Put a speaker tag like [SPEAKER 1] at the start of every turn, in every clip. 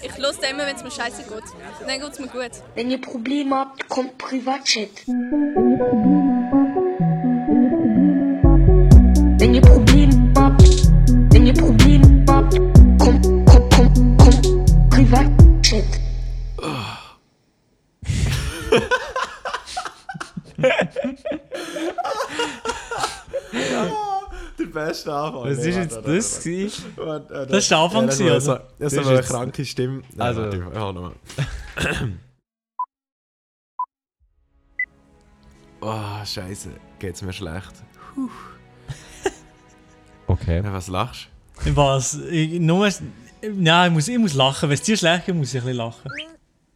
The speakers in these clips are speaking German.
[SPEAKER 1] Ich höre immer, wenn es mir scheiße geht. Dann geht es mir gut.
[SPEAKER 2] Wenn ihr Probleme habt, kommt Privatchat. Wenn ihr Probleme habt, wenn ihr Probleme habt, kommt, kommt, kommt, kommt Privatchat.
[SPEAKER 3] Der beste Anfang.
[SPEAKER 4] Was
[SPEAKER 3] Oh, Nee,
[SPEAKER 4] ist
[SPEAKER 3] warte, warte,
[SPEAKER 4] jetzt das?
[SPEAKER 3] warte.
[SPEAKER 4] gewesen?
[SPEAKER 3] Warte, warte.
[SPEAKER 4] Das ist der Anfang
[SPEAKER 3] Ja, das
[SPEAKER 4] gewesen,
[SPEAKER 3] war so-
[SPEAKER 4] oder?
[SPEAKER 3] Das
[SPEAKER 4] Das
[SPEAKER 3] war eine
[SPEAKER 4] ist jetzt-
[SPEAKER 3] kranke Stimme. Nein,
[SPEAKER 4] Also-
[SPEAKER 3] warte, ich hau nochmal. Oh, scheiße. Geht's mir schlecht.
[SPEAKER 5] Okay.
[SPEAKER 3] Ja, was lachst
[SPEAKER 4] Was? Ich, nur, nein, ich muss, ich muss lachen. Wenn es dir schlecht geht, muss ich ein bisschen lachen.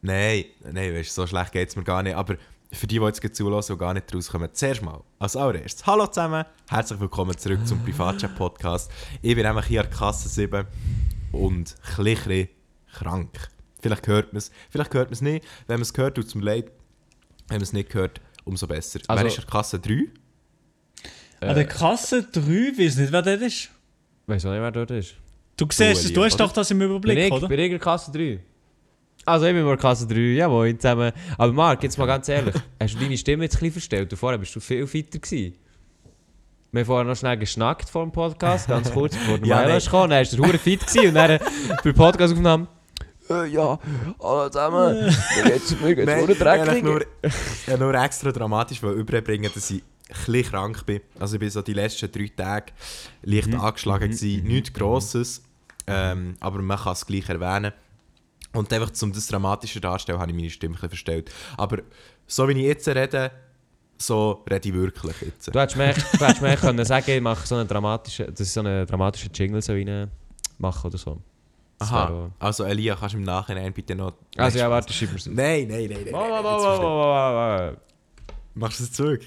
[SPEAKER 3] Nein, nein, weißt, du, so schlecht geht es mir gar nicht. Aber für die, die jetzt gerade zulassen und gar nicht rauskommen, zuerst mal, als allererstes, hallo zusammen, herzlich willkommen zurück zum Privatchat-Podcast. Ich bin nämlich hier an der Kasse 7 und ein bisschen krank. Vielleicht hört man es, vielleicht hört man es nicht. Wenn man es hört, tut es mir leid. Wenn man es nicht hört, umso besser.
[SPEAKER 5] Also-
[SPEAKER 3] Wer ist an der Kasse 3? Äh.
[SPEAKER 4] An der Kasse 3, weiß nicht, wer das ist.
[SPEAKER 5] Weißt du nicht, wer dort ist?
[SPEAKER 4] Du siehst es,
[SPEAKER 3] Ueli,
[SPEAKER 4] du hast
[SPEAKER 3] oder?
[SPEAKER 4] doch das im Überblick,
[SPEAKER 5] bin ich,
[SPEAKER 4] oder?
[SPEAKER 5] bin ich in der Kasse 3. Also ich bin mal in der Kasse 3, jawohl, zusammen. Aber Marc, jetzt mal ganz ehrlich, hast du deine Stimme jetzt ein bisschen verstellt? Du vorher bist du viel fitter gewesen. Wir haben vorher noch schnell geschnackt vor dem Podcast, ganz kurz, bevor du
[SPEAKER 3] Ja,
[SPEAKER 5] ja,
[SPEAKER 3] nein.
[SPEAKER 5] Milo kam. Dann warst du verdammt fit gewesen und dann äh, bei der Podcastaufnahme...
[SPEAKER 6] Äh, ja, alle zusammen. Mir geht's, mir geht's
[SPEAKER 3] Nein,
[SPEAKER 6] ohne
[SPEAKER 3] eigentlich
[SPEAKER 6] Dreckling.
[SPEAKER 3] nur, ja, nur extra dramatisch weil überbringen, dass ich chli krank bin. Also ich bin so die letzten drei Tage leicht
[SPEAKER 5] Mhm.
[SPEAKER 3] angeschlagen gewesen. Nichts Grosses, ähm, aber man kann es gleich erwähnen. Und einfach, um das dramatischer darzustellen, habe ich meine Stimme ein bisschen verstellt. Aber so wie ich jetzt rede, so rede ich wirklich jetzt.
[SPEAKER 5] Du hättest mir, echt- du hättest mir echt können sagen ich mache so einen dramatischen, dass ich so einen dramatischen Jingle so rein mache oder so. Das wär
[SPEAKER 3] Aha,
[SPEAKER 5] auch-
[SPEAKER 3] also Elia, kannst du im Nachhinein bitte noch...
[SPEAKER 5] Also ja, warte, schreib mir's auf.
[SPEAKER 3] Nein, nein, nein, nein,
[SPEAKER 5] Wow,
[SPEAKER 3] nein,
[SPEAKER 5] wow,
[SPEAKER 3] nein,
[SPEAKER 5] wow,
[SPEAKER 3] jetzt
[SPEAKER 5] wow, wow,
[SPEAKER 3] verstehe-
[SPEAKER 5] wow, wow.
[SPEAKER 3] Machst du es zurück?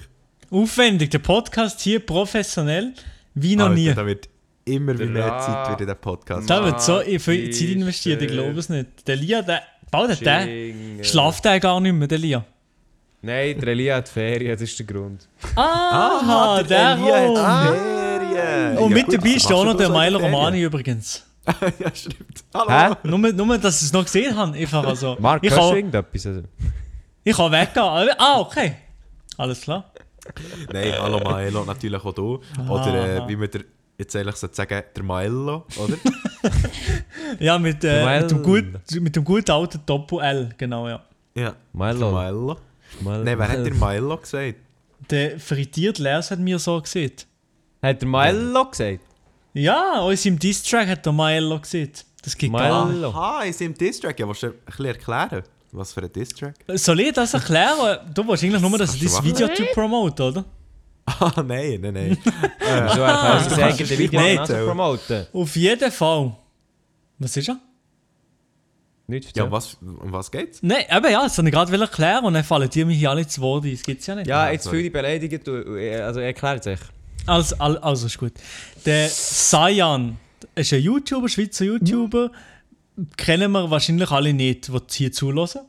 [SPEAKER 4] Aufwendig, der Podcast hier professionell, wie noch nie.
[SPEAKER 3] Da wird immer wie mehr Zeit wird in den Podcast.
[SPEAKER 4] Da wird so in viel
[SPEAKER 5] Ah,
[SPEAKER 4] Zeit investiert, ich
[SPEAKER 5] Scheiße.
[SPEAKER 4] glaube es nicht. Der Lia, der, bald hat der,
[SPEAKER 5] Jingle.
[SPEAKER 4] schlaft der gar nicht mehr, der Lia.
[SPEAKER 5] Nein, der Elia hat Ferien, das ist der Grund.
[SPEAKER 3] Ah,
[SPEAKER 4] Aha, Ah. der Rom.
[SPEAKER 3] Ferien.
[SPEAKER 4] Und mit dabei ist auch noch der Milo Romani übrigens.
[SPEAKER 3] ja, stimmt. Hallo.
[SPEAKER 5] Hä?
[SPEAKER 4] Nur, nur dass ich es noch gesehen habe, einfach also.
[SPEAKER 5] Marc,
[SPEAKER 4] ich,
[SPEAKER 5] hörst du
[SPEAKER 4] kann,
[SPEAKER 5] irgendetwas? Also,
[SPEAKER 4] ich kann weggehen. Ah, okay. Alles klar.
[SPEAKER 3] Nein, hallo Maelo, natürlich auch du. Oder äh, wie man der, jetzt eigentlich sollte sagen, der Maelo, oder?
[SPEAKER 4] Ja, mit, äh, mit, dem,
[SPEAKER 5] Well.
[SPEAKER 4] gut, mit dem gut alten Doppel-L, genau, ja.
[SPEAKER 3] ja. Der
[SPEAKER 5] Milo.
[SPEAKER 3] Maelo.
[SPEAKER 5] Mal-
[SPEAKER 3] Nein, wer hat der Maelo gesagt?
[SPEAKER 4] Der frittiert Lers hat mir so gesehen.
[SPEAKER 5] Hat der Milo gesagt?
[SPEAKER 4] Ja, uns im Distrack hat der Milo gesehen. Das geht gar nicht.
[SPEAKER 5] Milo.
[SPEAKER 3] Aha, ist im Distrack. Ja, willst du ein bisschen erklären? Was für ein Distrack?
[SPEAKER 4] Soll ich das erklären? Du wolltest eigentlich nur, dass ich
[SPEAKER 3] kannst
[SPEAKER 4] das
[SPEAKER 3] du
[SPEAKER 4] Video zu promoten, oder?
[SPEAKER 3] Ah, nein, nein, nein.
[SPEAKER 5] Wieso er kann ich das eigene
[SPEAKER 3] das
[SPEAKER 5] Video
[SPEAKER 3] nicht
[SPEAKER 5] nicht
[SPEAKER 3] erzählen.
[SPEAKER 5] promoten?
[SPEAKER 4] Auf jeden Fall. Was ist er?
[SPEAKER 5] Nicht
[SPEAKER 3] ja,
[SPEAKER 5] erzählen.
[SPEAKER 3] um was, um was geht's?
[SPEAKER 4] Nein, eben ja, das wollte ich gerade erklären und dann fallen die mir hier alle zu Wort ein. Das gibt's ja nicht.
[SPEAKER 5] Ja, jetzt fühle ich beleidigt. du- Also, erklärt sich.
[SPEAKER 4] Also, al- also ist gut. Der Sayan ist ein YouTuber, Schweizer YouTuber. Kennen wir wahrscheinlich alle nicht, die hier zulassen.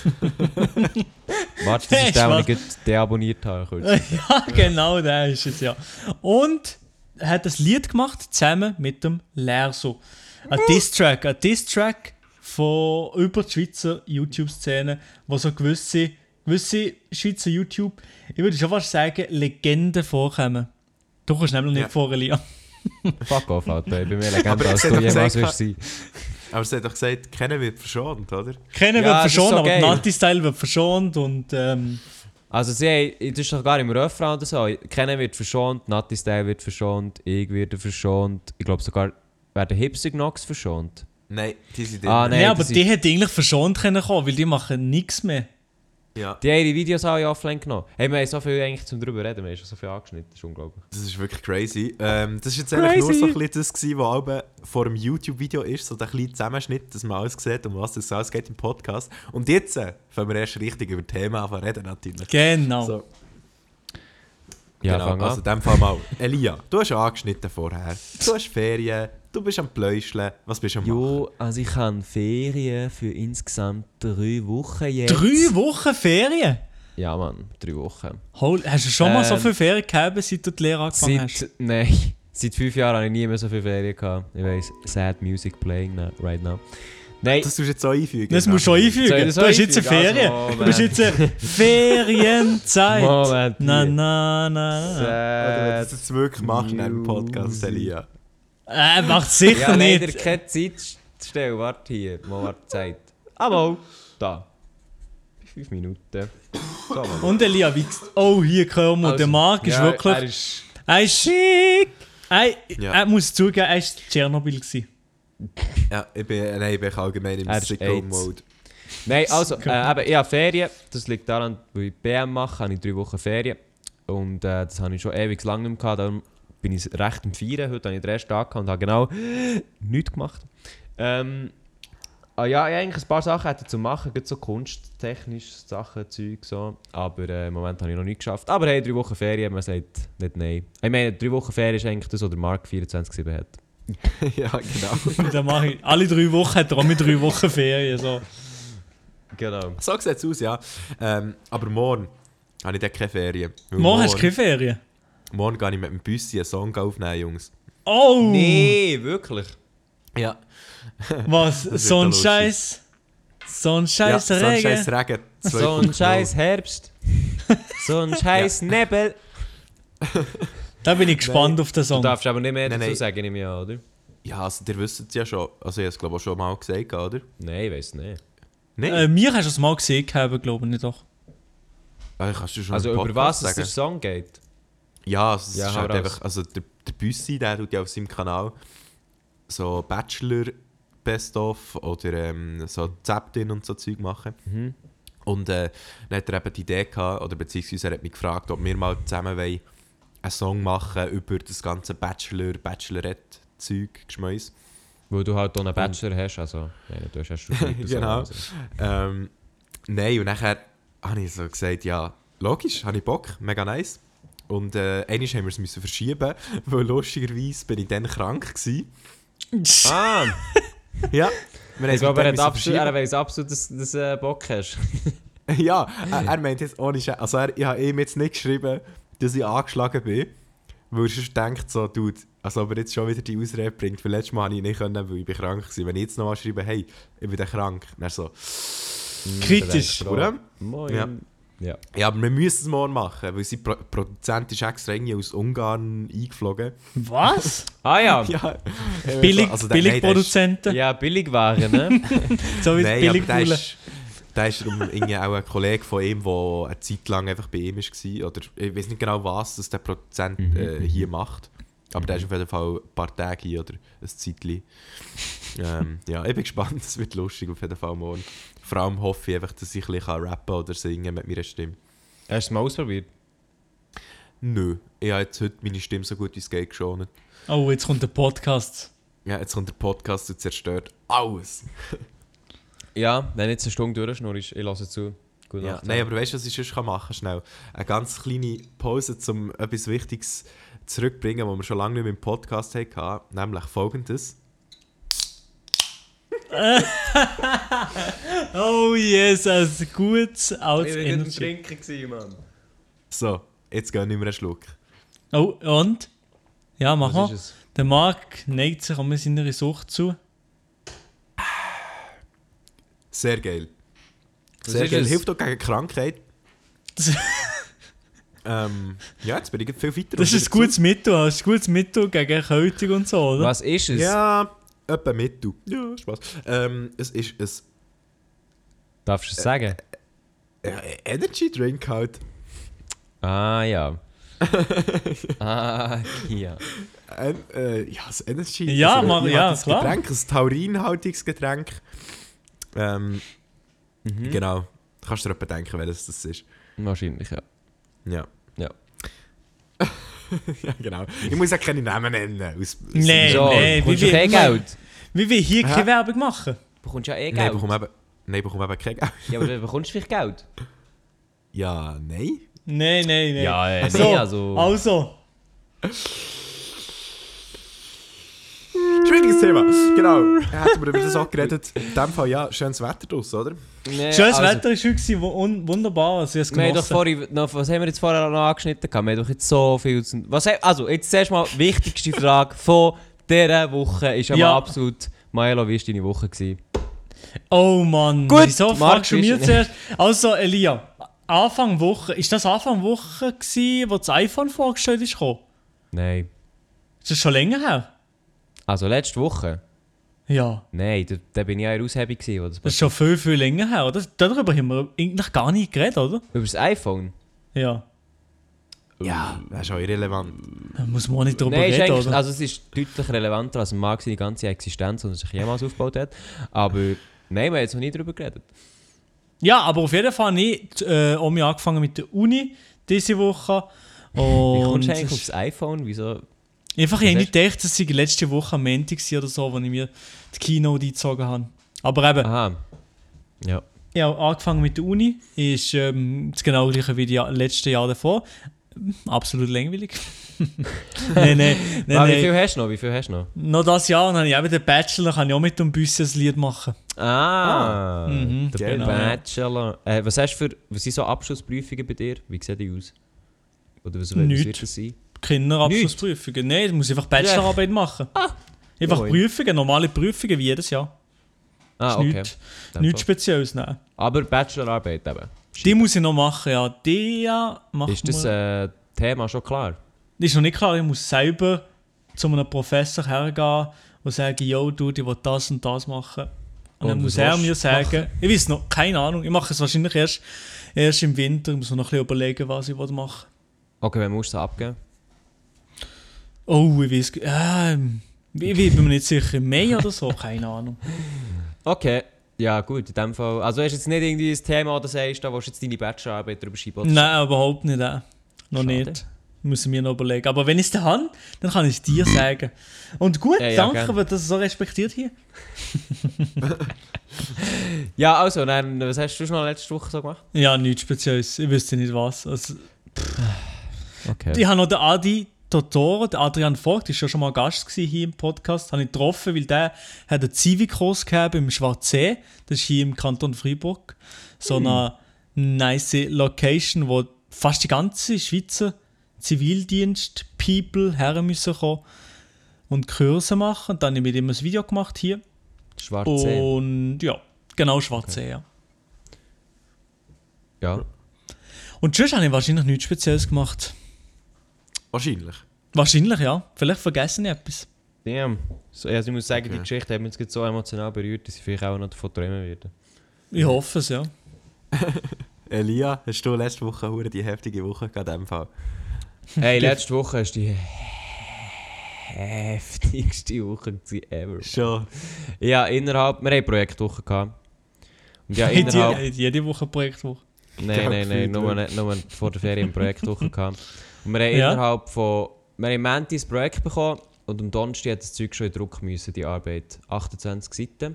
[SPEAKER 5] Warte,
[SPEAKER 4] Hey,
[SPEAKER 5] das ist der, den
[SPEAKER 4] Schwarz.
[SPEAKER 5] ich gerade deabonniert habe. kurz.
[SPEAKER 4] ja, genau, der ist es, ja. Und er hat das Lied gemacht zusammen mit dem Lerso. Ein Diss-Track, ein Diss-Track von über die Schweizer YouTube-Szene, wo so gewisse, gewisse Schweizer YouTube, ich würde schon fast sagen, Legenden vorkommen. Du kommst nämlich nicht
[SPEAKER 3] Ja.
[SPEAKER 4] vor, Elia.
[SPEAKER 5] Fuck off, Alter. Ich bin mehr
[SPEAKER 3] Aber
[SPEAKER 5] Legende, als
[SPEAKER 3] sie hat
[SPEAKER 5] du
[SPEAKER 3] doch
[SPEAKER 5] jemals wirst
[SPEAKER 3] gesagt-
[SPEAKER 5] sein.
[SPEAKER 3] Aber sie hat doch gesagt, keiner wird verschont, oder?
[SPEAKER 4] Kennen wird
[SPEAKER 5] Ja, das ist
[SPEAKER 4] verschont,
[SPEAKER 5] so
[SPEAKER 4] aber
[SPEAKER 5] geil.
[SPEAKER 4] der Nanti-Style wird verschont und ähm,
[SPEAKER 5] Also sie haben, das ist doch gar im Refrain oder so, Kennen wird verschont, Natty Style wird verschont, ich werde verschont, ich glaube sogar werden Hipster Knox verschont.
[SPEAKER 3] Nein, die sind
[SPEAKER 5] Ah,
[SPEAKER 3] immer-
[SPEAKER 5] nein.
[SPEAKER 4] nee, aber
[SPEAKER 5] das
[SPEAKER 4] die
[SPEAKER 5] ist-
[SPEAKER 4] hätte eigentlich verschont können kommen, weil die machen nichts mehr.
[SPEAKER 3] Ja,
[SPEAKER 5] Die haben ihre Videos alle offline genommen. Hey, wir haben so viel eigentlich zum drüber reden, wir haben schon so viel angeschnitten, das ist unglaublich.
[SPEAKER 3] Das ist wirklich crazy. Ähm, das war jetzt eigentlich nur so ein bisschen das, gewesen, was oben vor dem YouTube-Video ist, so der kleine Zusammenschnitt, dass man alles sieht, um was es alles geht im Podcast. Und jetzt äh, fangen wir erst richtig über Themen an zu reden, natürlich.
[SPEAKER 4] Genau.
[SPEAKER 3] So,
[SPEAKER 5] Ja,
[SPEAKER 3] genau.
[SPEAKER 5] fang
[SPEAKER 3] Also in
[SPEAKER 5] an.
[SPEAKER 3] dem Fall mal. Elia, du hast angeschnitten vorher. Du hast Ferien, du bist am Pläuscheln. Was bist du am machen?
[SPEAKER 5] Jo, also ich habe Ferien für insgesamt drei Wochen jetzt.
[SPEAKER 4] Drei Wochen Ferien?
[SPEAKER 5] Ja Mann, drei Wochen.
[SPEAKER 4] Hol, hast du schon mal so
[SPEAKER 5] Ähm,
[SPEAKER 4] viel Ferien gehabt, seit du die Lehre angefangen hast?
[SPEAKER 5] Seit, Genau. nein, seit fünf Jahren habe ich nie mehr so viele Ferien gehabt. Ich weiss, sad music playing now, right now. Nein,
[SPEAKER 3] Das tust du jetzt auch einfügen.
[SPEAKER 4] Das musst du schon einfügen.
[SPEAKER 5] Soll
[SPEAKER 4] Du
[SPEAKER 5] ich das
[SPEAKER 4] bist
[SPEAKER 5] auch
[SPEAKER 4] jetzt in
[SPEAKER 5] einfügen?
[SPEAKER 4] Ferien.
[SPEAKER 5] Also,
[SPEAKER 4] du bist jetzt in Ferienzeit.
[SPEAKER 5] Moment,
[SPEAKER 4] Na,
[SPEAKER 5] hier.
[SPEAKER 4] na, na.
[SPEAKER 3] Oder wenn
[SPEAKER 5] äh,
[SPEAKER 3] du das jetzt wirklich machst in einem Podcast, Elia.
[SPEAKER 4] Äh, macht sicher
[SPEAKER 5] ja, leider
[SPEAKER 4] nicht.
[SPEAKER 5] keine Zeitstelle. Warte hier, mal warte Zeit. Aber da. Bei fünf Minuten. So, mal.
[SPEAKER 4] Und Elia wichst. Oh, hier kommen wir. Der Marc ist
[SPEAKER 5] Also, ja,
[SPEAKER 4] wirklich.
[SPEAKER 5] Er ist,
[SPEAKER 4] Er ist schick. Er,
[SPEAKER 3] Ja.
[SPEAKER 4] er muss zugeben, er war Tschernobyl. gewesen.
[SPEAKER 3] Ja, ich bin, nein, ich bin allgemein im
[SPEAKER 5] Er ist
[SPEAKER 3] Sicko-Mode.
[SPEAKER 5] nein, also, äh, eben, ich habe Ferien. Das liegt daran, weil ich BM mache, habe ich drei Wochen Ferien. Und äh, das habe ich schon ewig lang nicht mehr gehabt. Darum bin ich recht am Feiern. Heute habe ich den ersten Tag gehabt und habe genau nichts nou gemacht. Ähm, ah, ja, ich habe eigentlich ein paar Sachen hätte zu machen, gerade so kunsttechnisch Sachen, Zeug so. Aber äh, im Moment habe ich noch nichts geschafft. Aber hey, drei Wochen Ferien, man sagt nicht nein. Ich meine, drei Wochen Ferien ist eigentlich das, was der Mark 24-7 hat.
[SPEAKER 3] ja, genau.
[SPEAKER 4] Und dann mache ich. Alle drei Wochen hat er auch mit drei Wochen Ferien. So.
[SPEAKER 5] Genau.
[SPEAKER 3] So sieht es aus, ja. Ähm, aber morgen habe ich dann keine Ferien. Weil
[SPEAKER 4] Morgen hast du keine Ferien.
[SPEAKER 3] Morgen gehe ich mit dem Büssi einen Song aufnehmen, Jungs.
[SPEAKER 4] Oh!
[SPEAKER 5] Nee, wirklich.
[SPEAKER 3] Ja.
[SPEAKER 4] Was?
[SPEAKER 3] wird
[SPEAKER 4] So
[SPEAKER 3] ja
[SPEAKER 4] ein
[SPEAKER 3] lustig.
[SPEAKER 4] Scheiß. So ein Scheiß
[SPEAKER 3] ja,
[SPEAKER 4] Regen.
[SPEAKER 3] So ein scheiß Regen.
[SPEAKER 5] So ein
[SPEAKER 3] 2.0.
[SPEAKER 5] scheiß Herbst. So ein scheiß Nebel.
[SPEAKER 4] Da bin ich gespannt auf den Song.
[SPEAKER 5] Du darfst aber nicht mehr
[SPEAKER 3] Nein,
[SPEAKER 5] dazu
[SPEAKER 3] nein.
[SPEAKER 5] sagen, nehme ich an, oder?
[SPEAKER 3] Ja, also, ihr wisst es ja schon. Also, ich habe es, glaube ich, auch schon mal gesagt, oder?
[SPEAKER 5] Nein, ich weiß nicht.
[SPEAKER 3] Nein.
[SPEAKER 4] Äh, mir hast du es mal gesehen, gehabt, glaube ich, nicht doch.
[SPEAKER 3] Ah, kannst du schon
[SPEAKER 5] Also
[SPEAKER 3] im
[SPEAKER 5] über was
[SPEAKER 3] Podcast
[SPEAKER 5] es der Song geht.
[SPEAKER 3] Ja, also, es
[SPEAKER 5] Ja,
[SPEAKER 3] ist
[SPEAKER 5] hau
[SPEAKER 3] halt
[SPEAKER 5] raus.
[SPEAKER 3] einfach, also der, der Büssi, der tut ja auf seinem Kanal so Bachelor Best of oder ähm, so Zeptin und so Zeug machen. Und äh, dann hat er eben die Idee gehabt, oder beziehungsweise er hat mich gefragt, ob wir mal zusammen wollen, einen Song machen über das ganze Bachelor, Bachelorette-Zeug, Geschmäus.
[SPEAKER 5] Weil du halt auch einen Bachelor hast, also... Nein, du hast ja schon einen
[SPEAKER 3] Genau.
[SPEAKER 5] Bachelor, also.
[SPEAKER 3] Ähm, nein, und nachher habe ich so gesagt, ja, logisch, habe ich Bock, mega nice. Und äh, einmal haben wir es müssen verschieben, weil lustigerweise bin ich dann krank gewesen.
[SPEAKER 5] Ah,
[SPEAKER 3] Ja. Wir haben
[SPEAKER 5] ich
[SPEAKER 3] es
[SPEAKER 5] glaube,
[SPEAKER 3] mit
[SPEAKER 5] er,
[SPEAKER 3] dem
[SPEAKER 5] hat
[SPEAKER 3] müssen
[SPEAKER 5] absolut, er
[SPEAKER 3] verschieben.
[SPEAKER 5] weiß absolut, dass dass du äh, Bock hast.
[SPEAKER 3] Ja, er, er meint jetzt ohne Scheiß. Also, er, ich habe ihm jetzt nicht geschrieben, dass ich angeschlagen bin, weil er sonst denkt so, Dude, also ob er jetzt schon wieder die Ausrede bringt, weil letztes Mal habe ich nicht können, weil ich bin krank war. Wenn ich jetzt nochmal schreibe, hey, ich bin dann krank, dann so,
[SPEAKER 4] Kritisch.
[SPEAKER 3] oder?
[SPEAKER 5] Moin.
[SPEAKER 3] Ja.
[SPEAKER 5] Ja.
[SPEAKER 3] Ja, aber wir müssen es morgen machen, weil sein Pro Produzent ist extra irgendwie aus Ungarn eingeflogen.
[SPEAKER 4] Was?
[SPEAKER 5] Ah ja,
[SPEAKER 3] Ja.
[SPEAKER 4] Billig,
[SPEAKER 3] Also der- nein, der ist-
[SPEAKER 4] Billigproduzenten.
[SPEAKER 5] ja, Billigwaren, ne?
[SPEAKER 4] So wie
[SPEAKER 3] Nein, aber der
[SPEAKER 4] Billigbulle.
[SPEAKER 3] ist, der ist darum irgendwie auch ein Kollege von ihm, der eine Zeit lang einfach bei ihm war. Oder ich weiß nicht genau, was das der Produzent äh, hier macht. Aber der ist auf jeden Fall ein paar Tage hier oder ein Zeitchen. ähm, ja, ich bin gespannt, es wird lustig auf jeden Fall morgen. Vor allem hoffe ich einfach, dass ich ein bisschen rappen oder singen mit meiner Stimme.
[SPEAKER 5] hast du es mal ausprobiert?
[SPEAKER 3] Nö, ich habe jetzt heute meine Stimme so gut wie es geht geschont.
[SPEAKER 4] Oh, jetzt kommt der Podcast.
[SPEAKER 3] Ja, jetzt kommt der Podcast und zerstört alles.
[SPEAKER 5] Ja, wenn jetzt eine Stunde durchschnurrst, ich lasse zu. Gute
[SPEAKER 3] Ja.
[SPEAKER 5] Nacht.
[SPEAKER 3] Nein, aber weißt du, was ich sonst machen kann? Schnell. Eine ganz kleine Pause, um etwas Wichtiges zurückzubringen, was wir schon lange nicht mehr im Podcast hatten, nämlich folgendes.
[SPEAKER 4] Oh yes, ein gutes Out
[SPEAKER 5] Ich war gerade am
[SPEAKER 4] Energy.
[SPEAKER 5] Trinken, gewesen, Mann.
[SPEAKER 3] So, jetzt gehen wir einen Schluck.
[SPEAKER 4] Oh, und? Ja, mach
[SPEAKER 5] Was
[SPEAKER 4] mal.
[SPEAKER 5] ist es?
[SPEAKER 4] Der Marc neigt sich an seiner Sucht zu.
[SPEAKER 3] Sehr geil.
[SPEAKER 5] Was
[SPEAKER 3] Sehr
[SPEAKER 5] ist
[SPEAKER 3] geil.
[SPEAKER 5] es?
[SPEAKER 3] Hilft auch gegen Krankheit. ähm, ja, jetzt bin ich viel weiter.
[SPEAKER 4] Das
[SPEAKER 3] und
[SPEAKER 4] ist ein
[SPEAKER 3] wieder
[SPEAKER 4] gutes Mittel, das ist ein gutes Mittel gegen Erkältung und so, oder?
[SPEAKER 5] Was ist
[SPEAKER 3] zu.
[SPEAKER 5] es?
[SPEAKER 3] Ja, etwa mit du. Ja, Spaß. Ähm, es ist ein
[SPEAKER 5] Darfst du es sagen?
[SPEAKER 3] äh, Energy Drink halt.
[SPEAKER 5] Ah ja. ah ja.
[SPEAKER 3] Ein, äh, ja, das Energy.
[SPEAKER 4] Ja,
[SPEAKER 3] ein
[SPEAKER 4] Mann, ja,
[SPEAKER 3] inhaltliches
[SPEAKER 4] klar.
[SPEAKER 3] Getränk, ein taurinhaltiges Getränk. Ähm,
[SPEAKER 4] Mhm.
[SPEAKER 3] Genau. Kannst du dir etwa denken, welches das ist.
[SPEAKER 5] Wahrscheinlich ja.
[SPEAKER 3] dus Ja.
[SPEAKER 5] Ja.
[SPEAKER 3] ja, genau. Ich muss ja keine Namen eh. nennen. Aus, aus
[SPEAKER 4] Nee. Ey,
[SPEAKER 5] so,
[SPEAKER 4] nee,
[SPEAKER 5] bekommst
[SPEAKER 4] wie
[SPEAKER 5] du kein
[SPEAKER 4] wir-
[SPEAKER 5] Geld?
[SPEAKER 4] Wie wir hier keine
[SPEAKER 3] Hä?
[SPEAKER 4] Werbung machen.
[SPEAKER 5] Bekommst du ja eh
[SPEAKER 3] Nein,
[SPEAKER 5] Geld.
[SPEAKER 3] bekomm eben, nein, bekomm eben kein Geld.
[SPEAKER 5] ja, aber dann bekommst du vielleicht Geld.
[SPEAKER 3] Ja, nein.
[SPEAKER 4] Nein, nein, nein.
[SPEAKER 5] Ja, äh,
[SPEAKER 4] so,
[SPEAKER 5] nee, also-
[SPEAKER 4] Also,
[SPEAKER 3] Schwieriges Thema. Genau. Hätten wir über das auch geredet. In dem Fall ja, schönes Wetter draussen, oder?
[SPEAKER 5] Nee,
[SPEAKER 4] schönes
[SPEAKER 5] also,
[SPEAKER 4] Wetter war heute, gewesen, wu- un- wunderbar. Also, ich
[SPEAKER 5] Wir haben doch
[SPEAKER 4] habe
[SPEAKER 5] vorhin, noch, was haben wir jetzt vorher noch angeschnitten? gehabt? Wir haben doch jetzt so viel zu... Was, he- also, jetzt zuerst mal die wichtigste Frage von dieser Woche. Ist aber
[SPEAKER 4] Ja.
[SPEAKER 5] absolut... Maelo, wie war deine Woche? Gewesen?
[SPEAKER 4] Oh Mann,
[SPEAKER 5] Gut,
[SPEAKER 4] wieso
[SPEAKER 5] Marc,
[SPEAKER 4] fragst du
[SPEAKER 5] bist
[SPEAKER 4] mir
[SPEAKER 5] du-
[SPEAKER 4] zuerst? Also, Elia, Anfang Woche, ist das Anfang Woche gewesen, wo das iPhone vorgestellt ist? gekommen?
[SPEAKER 5] Nein.
[SPEAKER 4] Ist das schon länger her?
[SPEAKER 5] Also letzte Woche?
[SPEAKER 4] Ja.
[SPEAKER 5] Nein, da, da bin ich ja in der Aushebung, gewesen, wo das
[SPEAKER 4] Das ist schon viel, viel länger her, oder? Darüber haben wir eigentlich gar nicht geredet, oder?
[SPEAKER 5] Über das iPhone?
[SPEAKER 4] Ja.
[SPEAKER 3] Ja, das ist auch irrelevant.
[SPEAKER 4] Da muss man auch nicht drüber
[SPEAKER 5] Nein, ist
[SPEAKER 4] reden,
[SPEAKER 5] eigentlich,
[SPEAKER 4] oder?
[SPEAKER 5] also es ist deutlich relevanter als Marc seine ganze Existenz und sich jemals aufgebaut hat. Aber nein, wir haben jetzt noch nie darüber geredet.
[SPEAKER 4] Ja, aber auf jeden Fall nicht. Äh, Omi hat angefangen mit der Uni diese Woche.
[SPEAKER 5] Wie
[SPEAKER 4] Und
[SPEAKER 5] kommst du eigentlich aufs iPhone? Wieso?
[SPEAKER 4] Einfach, ich
[SPEAKER 5] Was
[SPEAKER 4] habe nicht gedacht, dass ich letzte Woche am Montag war oder so, als ich mir die Keynote eingezogen habe. Aber eben,
[SPEAKER 5] Aha. Ja.
[SPEAKER 4] ich habe angefangen mit der Uni. Ist ähm, das genau gleiche wie die ja- letzten Jahre davor. Absolut langweilig. nein, nein, nein.
[SPEAKER 5] ah, wie
[SPEAKER 4] nein.
[SPEAKER 5] viel hast du noch? Wie viel hast du noch?
[SPEAKER 4] Noch das Jahr, dann habe ich eben den Bachelor, kann ich auch mit dem Büsse ein Lied machen.
[SPEAKER 5] Ah,
[SPEAKER 4] Mhm,
[SPEAKER 5] der
[SPEAKER 3] genau.
[SPEAKER 5] Bachelor. Äh, was hast du für, was sind so Abschlussprüfungen bei dir? Wie sehen die aus? Oder was, was
[SPEAKER 4] Nicht.
[SPEAKER 5] wird das sein?
[SPEAKER 4] Kinderabschlussprüfungen. Nein, du musst einfach Bachelorarbeit machen. Einfach
[SPEAKER 5] Ah. Jawohl.
[SPEAKER 4] Prüfungen, normale Prüfungen wie jedes Jahr.
[SPEAKER 5] Ah,
[SPEAKER 4] Ist
[SPEAKER 5] okay.
[SPEAKER 4] nichts,
[SPEAKER 5] Dem
[SPEAKER 4] nichts
[SPEAKER 5] Fall.
[SPEAKER 4] Spezielles, nein.
[SPEAKER 5] Aber Bachelorarbeit eben.
[SPEAKER 4] Die muss ich noch machen, ja. Die ja, macht
[SPEAKER 5] Ist das
[SPEAKER 4] man-
[SPEAKER 5] äh, Thema schon klar?
[SPEAKER 4] ist noch nicht klar, ich muss selber zu einem Professor hergehen und sagen, yo, du, ich will das und das machen. Und dann
[SPEAKER 5] Und
[SPEAKER 4] muss
[SPEAKER 5] was
[SPEAKER 4] er
[SPEAKER 5] willst
[SPEAKER 4] mir
[SPEAKER 5] du
[SPEAKER 4] sagen, ich weiß noch, keine Ahnung, ich mache es wahrscheinlich erst, erst im Winter, ich muss noch ein bisschen überlegen, was ich will machen
[SPEAKER 5] Okay, wenn musst du es abgeben.
[SPEAKER 4] Oh, ich weiß, ähm, ich ich bin mir nicht sicher, im Mai oder so, keine Ahnung.
[SPEAKER 5] Okay. Ja, gut, in dem Fall. Also hast du jetzt nicht irgendwie ein Thema, das sagst, da willst du jetzt deine Bachelorarbeit drüber schreiben? oder so?
[SPEAKER 4] Nein, überhaupt nicht, äh. noch
[SPEAKER 5] Schade.
[SPEAKER 4] nicht. Müssen wir noch überlegen. Aber wenn ich es dann habe, dann kann ich es dir sagen. Und gut,
[SPEAKER 5] Ja, ja,
[SPEAKER 4] danke,
[SPEAKER 5] gerne.
[SPEAKER 4] weil das so respektiert hier.
[SPEAKER 5] Ja, also, dann, was hast du schon letzte Woche so gemacht?
[SPEAKER 4] Ja, nichts Spezielles, ich wüsste nicht was. Also,
[SPEAKER 5] Okay.
[SPEAKER 4] Ich habe noch den Adi Totoro, den Adrian Vogt, ist ja schon mal Gast gewesen hier im Podcast, habe ich getroffen, weil der hat einen Zivikurs gehabt im Schwarzsee, das ist hier im Kanton Freiburg. So eine nice Location, wo fast die ganze Schweizer Zivildienst-People her müssen kommen und Kurse machen. Und dann habe ich mit ihm ein Video gemacht hier.
[SPEAKER 5] Schwarze.
[SPEAKER 4] Oh. Und ja, genau Schwarzsee, ja.
[SPEAKER 5] Ja.
[SPEAKER 4] Und sonst habe ich wahrscheinlich nichts Spezielles gemacht.
[SPEAKER 3] Wahrscheinlich.
[SPEAKER 4] Wahrscheinlich, ja. Vielleicht vergessen ich etwas.
[SPEAKER 5] Damn. So, also ich muss sagen, die Geschichte hat mich jetzt gerade so emotional berührt, dass ich vielleicht auch noch davon träumen werde.
[SPEAKER 4] Ich hoffe es, ja.
[SPEAKER 3] Elia, hast du letzte Woche hure die heftige Woche gehabt? in dem Fall?
[SPEAKER 5] Hey, letzte Woche ist die heftigste Woche gewesen ever.
[SPEAKER 3] Schon.
[SPEAKER 5] Ja, innerhalb, wir hatten Projektwoche. Gehabt. Und ja,
[SPEAKER 4] Nicht
[SPEAKER 5] innerhalb...
[SPEAKER 4] jede, jede Woche eine Projektwoche.
[SPEAKER 5] Nein, nein, nein, nur, nicht- nur vor der Ferien eine Projektwoche gehabt. Und wir haben
[SPEAKER 4] Ja.
[SPEAKER 5] innerhalb von... Wir haben Menti das Projekt bekommen und am Donnerstag hat das Zeug schon in Druck müssen, die Arbeit. 28 Seiten.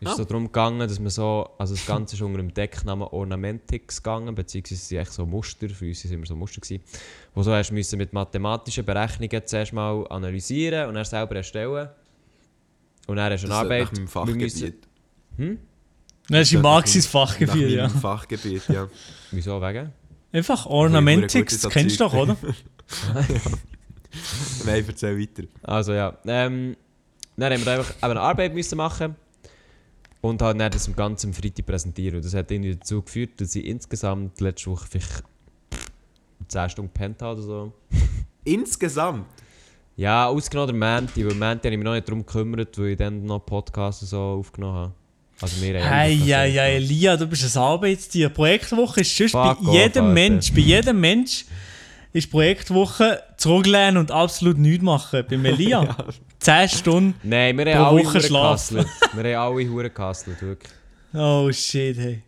[SPEAKER 5] Es ist
[SPEAKER 3] Ah.
[SPEAKER 5] so darum gegangen, dass man so... Also das Ganze ist unter dem Decknamen Ornamentics gegangen, beziehungsweise es sind echt so Muster, für uns sind immer so Muster gewesen, wo so hast du müssen mit mathematischen Berechnungen zuerst mal analysieren und dann selber erstellen. Und dann hast du eine
[SPEAKER 3] Das hat
[SPEAKER 5] Arbeit...
[SPEAKER 3] nach meinem
[SPEAKER 5] wir müssen-
[SPEAKER 3] Fachgebiet.
[SPEAKER 4] Das ist im Marxis
[SPEAKER 3] Nach
[SPEAKER 4] Fachgebiet, ja.
[SPEAKER 3] meinem Fachgebiet, ja.
[SPEAKER 5] Wieso? Wegen?
[SPEAKER 4] Einfach
[SPEAKER 3] Ornamentik,
[SPEAKER 4] Ornamentics,
[SPEAKER 3] das
[SPEAKER 4] das kennst du doch, oder?
[SPEAKER 3] Nein, erzähl weiter.
[SPEAKER 5] Also ja, ähm, dann haben wir einfach eben eine Arbeit müssen machen und halt dann das Ganze am Freitag präsentieren. Und das hat irgendwie dazu geführt, dass ich insgesamt letzte Woche vielleicht 10 Stunden gepennt habe oder so.
[SPEAKER 3] Insgesamt.
[SPEAKER 5] Ja, ausgenommen der Menti, weil Menti habe ich mich noch nicht darum gekümmert, weil ich dann noch Podcasts und so aufgenommen habe. Also wir haben
[SPEAKER 4] Hey,
[SPEAKER 5] einfach
[SPEAKER 4] ja,
[SPEAKER 5] das
[SPEAKER 4] ja,
[SPEAKER 5] aufgenommen.
[SPEAKER 4] Elia, du bist ein Arbeitstier. Projektwoche ist sonst
[SPEAKER 5] Fuck
[SPEAKER 4] bei
[SPEAKER 5] off,
[SPEAKER 4] jedem
[SPEAKER 5] Alter.
[SPEAKER 4] Mensch, bei jedem Mensch ist Projektwoche zurücklehnen und absolut nichts machen. Beim Elia, 10 Stunden.
[SPEAKER 5] Nein, wir
[SPEAKER 4] Pro
[SPEAKER 5] haben alle
[SPEAKER 4] Woche
[SPEAKER 5] Huren
[SPEAKER 4] Schlaf.
[SPEAKER 5] gehasselt. Wir haben alle Huren gehasselt, wirklich.
[SPEAKER 4] Oh shit, hey.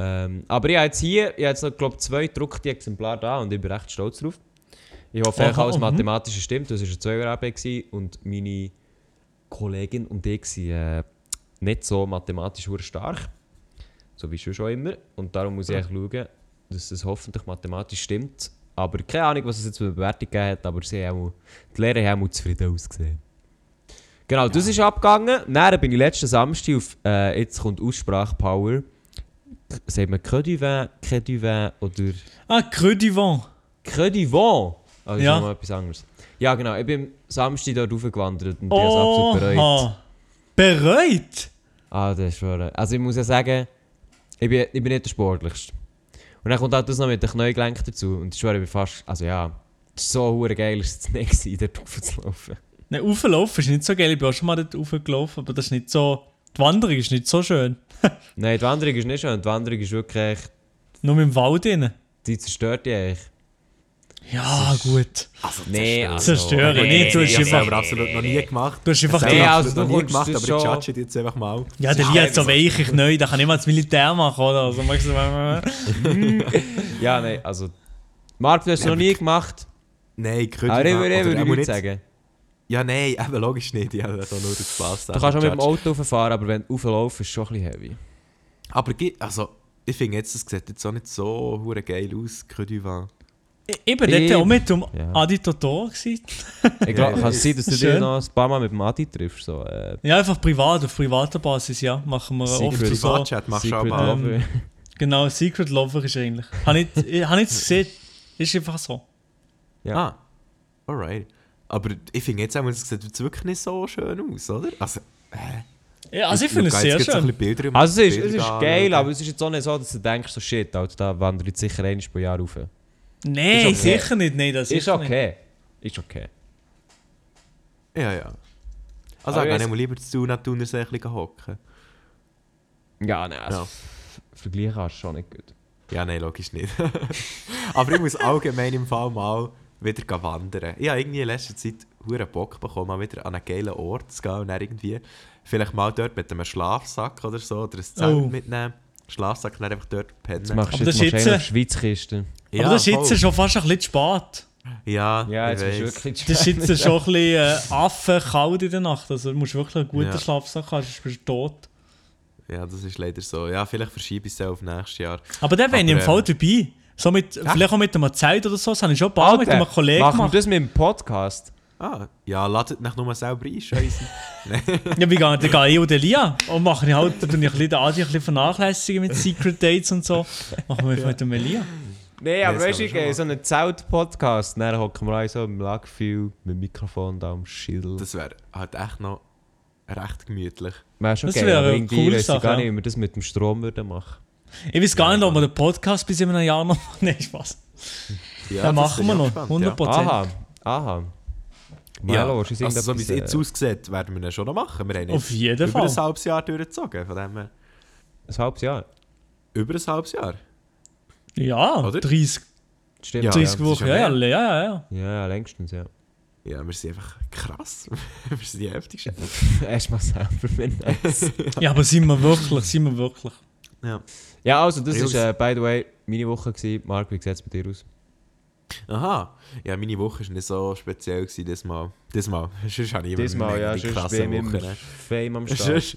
[SPEAKER 5] Ähm, aber ich habe jetzt hier, ich habe jetzt noch, glaube zwei gedruckte Exemplare da und ich bin recht stolz drauf. Ich hoffe,
[SPEAKER 4] Aha,
[SPEAKER 5] eigentlich alles
[SPEAKER 4] mhm.
[SPEAKER 5] mathematische stimmt. Das war eine Zweier-Arbeit gewesen und meine Kollegin und ich waren äh, nicht so mathematisch verdammt stark. So wie schon immer. Und darum muss ich echt schauen, dass es hoffentlich mathematisch stimmt. Aber keine Ahnung, was es jetzt für eine Bewertung gegeben hat, aber sie haben auch, die Lehrer haben auch zufrieden ausgesehen. Genau, das ist abgegangen. Dann bin ich letzten Samstag auf, äh, jetzt kommt Aussprache Power. Sagt man Creux-du-Vin, Creux-du-Vin oder
[SPEAKER 4] Ah, Creux du Vent.
[SPEAKER 5] Creux-du-Vin? Also
[SPEAKER 4] Ja.
[SPEAKER 5] ja. mal etwas anderes. Ja, genau. also Ich bin am Samstag dort raufgewandert und ich habe es
[SPEAKER 4] Oh,
[SPEAKER 5] absolut bereut.
[SPEAKER 4] bereut.
[SPEAKER 5] Ah, das ist wahr. Also ich muss ja sagen, ich bin, ich bin nicht der sportlichste. Und dann kommt auch das noch mit den Knäugelenken dazu. Und ich schwöre, ich bin fast, also ja, es ist so hure geil, ist es nicht gewesen, dort raufzulaufen.
[SPEAKER 4] Nein, rauflaufen ist nicht so geil. Ich bin auch schon mal dort raufgelaufen, aber das ist nicht so. Die Wanderung ist nicht so schön.
[SPEAKER 5] Nein, die Wanderung ist nicht schön, die Wanderung ist wirklich, echt-
[SPEAKER 4] Nur mit dem Wald drin.
[SPEAKER 5] die zerstört die eigentlich.
[SPEAKER 4] Ja, gut.
[SPEAKER 5] Nein,
[SPEAKER 4] Zerstören, nee, du hast
[SPEAKER 3] Ich habe es
[SPEAKER 4] einfach-
[SPEAKER 3] aber absolut noch nie gemacht.
[SPEAKER 4] Du hast einfach
[SPEAKER 3] Ich
[SPEAKER 5] Nee,
[SPEAKER 3] habe
[SPEAKER 5] also
[SPEAKER 3] es
[SPEAKER 5] du
[SPEAKER 3] noch nie
[SPEAKER 5] kommst-
[SPEAKER 3] gemacht,
[SPEAKER 5] das ist
[SPEAKER 3] aber ich
[SPEAKER 5] schon-
[SPEAKER 3] judge dich jetzt einfach mal.
[SPEAKER 4] Ja, der Lia hat so weich, ich neu, da kann ich mal das Militär machen, oder? Also, magst du
[SPEAKER 5] Ja, nein, also. Marc, du hast es noch nie gemacht.
[SPEAKER 3] Nein, könnte
[SPEAKER 5] Aber Ah, ich
[SPEAKER 3] machen,
[SPEAKER 5] würde- ich
[SPEAKER 3] oder
[SPEAKER 5] würde
[SPEAKER 3] auch
[SPEAKER 5] nichts
[SPEAKER 3] nicht.
[SPEAKER 5] sagen.
[SPEAKER 3] Ja, nein, eben logisch nicht. Ich habe da nur den Spass.
[SPEAKER 5] Du kannst auch mit dem Auto fahren, aber wenn du rauflaufst, ist es schon ein bisschen heavy.
[SPEAKER 3] Aber gi- also, ich finde jetzt, das sieht jetzt auch nicht so hure geil aus, Creduvin.
[SPEAKER 4] Ich bin dort
[SPEAKER 5] Eben.
[SPEAKER 4] auch mit dem
[SPEAKER 5] Ja.
[SPEAKER 4] Adi Totor. gewesen.
[SPEAKER 5] Ich glaube, kann es sein, dass du dich
[SPEAKER 4] Schön.
[SPEAKER 5] noch ein paar Mal mit dem Adi triffst. So, äh,
[SPEAKER 4] Ja, einfach privat, auf privater Basis, ja. Machen wir
[SPEAKER 5] Secret
[SPEAKER 4] oft
[SPEAKER 3] Im
[SPEAKER 4] so.
[SPEAKER 3] Privatchat machst du
[SPEAKER 5] Secret
[SPEAKER 3] aber auch.
[SPEAKER 5] Lover.
[SPEAKER 4] Genau, Secret Lover ist eigentlich. Habe ich hab nicht gesehen. Ist einfach so.
[SPEAKER 5] Ja.
[SPEAKER 3] Ah, alright. Aber ich finde jetzt auch, es sieht jetzt wirklich nicht so schön aus, oder? Also,
[SPEAKER 4] Ja, also ich finde es
[SPEAKER 3] schau,
[SPEAKER 4] sehr
[SPEAKER 3] jetzt gibt's so ein
[SPEAKER 4] schön.
[SPEAKER 3] bisschen Bilder im-
[SPEAKER 5] Also es ist, es
[SPEAKER 3] Bilder
[SPEAKER 5] ist
[SPEAKER 3] da,
[SPEAKER 5] geil,
[SPEAKER 3] Leute.
[SPEAKER 5] aber es ist jetzt auch nicht so, dass du denkst, so shit, Alter, da wandert sicher einiges pro Jahr rauf.
[SPEAKER 4] Nein,
[SPEAKER 5] Ist okay.
[SPEAKER 4] sicher nicht. Nein, das
[SPEAKER 5] Ist
[SPEAKER 4] sicher Nicht.
[SPEAKER 5] okay. Ist okay.
[SPEAKER 3] Ja, ja. Also,
[SPEAKER 5] Aber
[SPEAKER 3] ich
[SPEAKER 5] jetzt-
[SPEAKER 3] gehe lieber zu Thun an die Thunersee ein bisschen hocken.
[SPEAKER 5] Ja, nein, also
[SPEAKER 3] Ja.
[SPEAKER 5] f- vergleichen kannst du schon nicht gut.
[SPEAKER 3] Ja, nein, logisch nicht. Aber ich muss allgemein im Fall mal wieder gehen wandern. Ich habe irgendwie in letzter Zeit hure Bock bekommen, mal wieder an einen geilen Ort zu gehen und dann irgendwie vielleicht mal dort mit einem Schlafsack oder so oder ein Zelt
[SPEAKER 4] Oh.
[SPEAKER 3] mitnehmen. Schlafsack und dann einfach dort pennen.
[SPEAKER 5] Das machst
[SPEAKER 4] Aber
[SPEAKER 5] du
[SPEAKER 4] das
[SPEAKER 5] jetzt
[SPEAKER 4] ist jetzt-
[SPEAKER 5] wahrscheinlich Schweizkiste.
[SPEAKER 3] ja,
[SPEAKER 4] Aber das ist
[SPEAKER 3] voll.
[SPEAKER 4] jetzt schon fast ein bisschen zu spät.
[SPEAKER 3] Ja,
[SPEAKER 5] Ja,
[SPEAKER 3] ich
[SPEAKER 5] jetzt bist du
[SPEAKER 3] weiss.
[SPEAKER 5] wirklich
[SPEAKER 4] Das ist jetzt schon ein bisschen äh, affenkalt in der Nacht. Also du musst wirklich einen guten
[SPEAKER 3] Ja.
[SPEAKER 4] Schlafsack haben, sonst bist du tot.
[SPEAKER 3] Ja, das ist leider so. Ja, vielleicht verschiebe ich es ja auf nächstes Jahr.
[SPEAKER 4] Aber dann bin ich im
[SPEAKER 3] Aber,
[SPEAKER 4] Fall
[SPEAKER 3] ähm,
[SPEAKER 4] dabei. So mit, Vielleicht auch mit einem Zeit oder so. Das habe ich schon ein paar Mal mit einem Kollegen
[SPEAKER 5] machen wir
[SPEAKER 4] gemacht.
[SPEAKER 5] das mit dem Podcast?
[SPEAKER 3] Ah, ja, ladet mich nur selber einscheissen.
[SPEAKER 4] Ja, wie gehen, dann gehe ich und der Lia. Und mache ich halt, dann tue ich ein bisschen den Adi ein bisschen vernachlässigen mit Secret Dates und so. Machen wir einfach mit dem Lia.
[SPEAKER 5] Nein, aber
[SPEAKER 3] das kann
[SPEAKER 5] weißt du,
[SPEAKER 3] man
[SPEAKER 5] ich
[SPEAKER 3] schon
[SPEAKER 5] gehe so einen Zelt-Podcast, dann hocken wir alle so im Lagerfeuer mit dem Mikrofon da am Schild.
[SPEAKER 3] das wäre halt echt noch recht gemütlich.
[SPEAKER 5] Wäre schon
[SPEAKER 4] Das
[SPEAKER 5] geil,
[SPEAKER 4] wäre
[SPEAKER 5] aber
[SPEAKER 4] eine
[SPEAKER 5] irgendwie
[SPEAKER 4] coole
[SPEAKER 5] weiss ich
[SPEAKER 4] Sache,
[SPEAKER 5] gar
[SPEAKER 4] ja.
[SPEAKER 5] nicht, wie wir das mit dem Strom würden machen.
[SPEAKER 4] Ich weiß gar nicht, ob wir den Podcast bis in einem Jahr noch machen. Nein, Spaß.
[SPEAKER 3] Ja,
[SPEAKER 4] den
[SPEAKER 3] das
[SPEAKER 4] machen
[SPEAKER 3] bin
[SPEAKER 4] wir
[SPEAKER 3] ich auch
[SPEAKER 4] noch.
[SPEAKER 3] gespannt, ja.
[SPEAKER 4] 100%.
[SPEAKER 5] Aha, aha.
[SPEAKER 3] Ja,
[SPEAKER 5] Malo, willst du
[SPEAKER 3] also so wie es
[SPEAKER 5] irgendetwas,
[SPEAKER 3] jetzt aussieht, werden wir ihn schon noch machen. Wir haben
[SPEAKER 4] Auf
[SPEAKER 3] jetzt
[SPEAKER 4] jeden
[SPEAKER 3] über
[SPEAKER 4] Fall.
[SPEAKER 3] ein halbes Jahr durchgezogen. Von dem her,
[SPEAKER 5] äh, Ein halbes Jahr.
[SPEAKER 3] über ein halbes Jahr.
[SPEAKER 4] Ja,
[SPEAKER 3] Oder? Ah,
[SPEAKER 4] 30,
[SPEAKER 5] Stimmt.
[SPEAKER 3] Ja,
[SPEAKER 4] 30
[SPEAKER 3] das ist
[SPEAKER 4] Wochen.
[SPEAKER 3] ja
[SPEAKER 4] Ja, ja,
[SPEAKER 3] mehr.
[SPEAKER 4] ja, ja, ja.
[SPEAKER 5] Ja, ja, längstens, ja.
[SPEAKER 3] Ja, wir sind einfach krass. wir sind die heftigsten.
[SPEAKER 5] Erstmal selber mitnehmen.
[SPEAKER 4] Ja, aber sind wir wirklich, sind wir wirklich.
[SPEAKER 3] Ja.
[SPEAKER 5] Ja, also, das
[SPEAKER 3] Jungs.
[SPEAKER 5] war, äh, by the way, meine Woche. Gewesen. Marc, wie sieht es bei dir aus?
[SPEAKER 3] Aha. Ja, meine Woche war nicht so speziell gewesen, diesmal. Diesmal. Sonst habe ich immer mega die ne? krasse Woche.
[SPEAKER 5] ne? Fame am Start.
[SPEAKER 3] Sonst,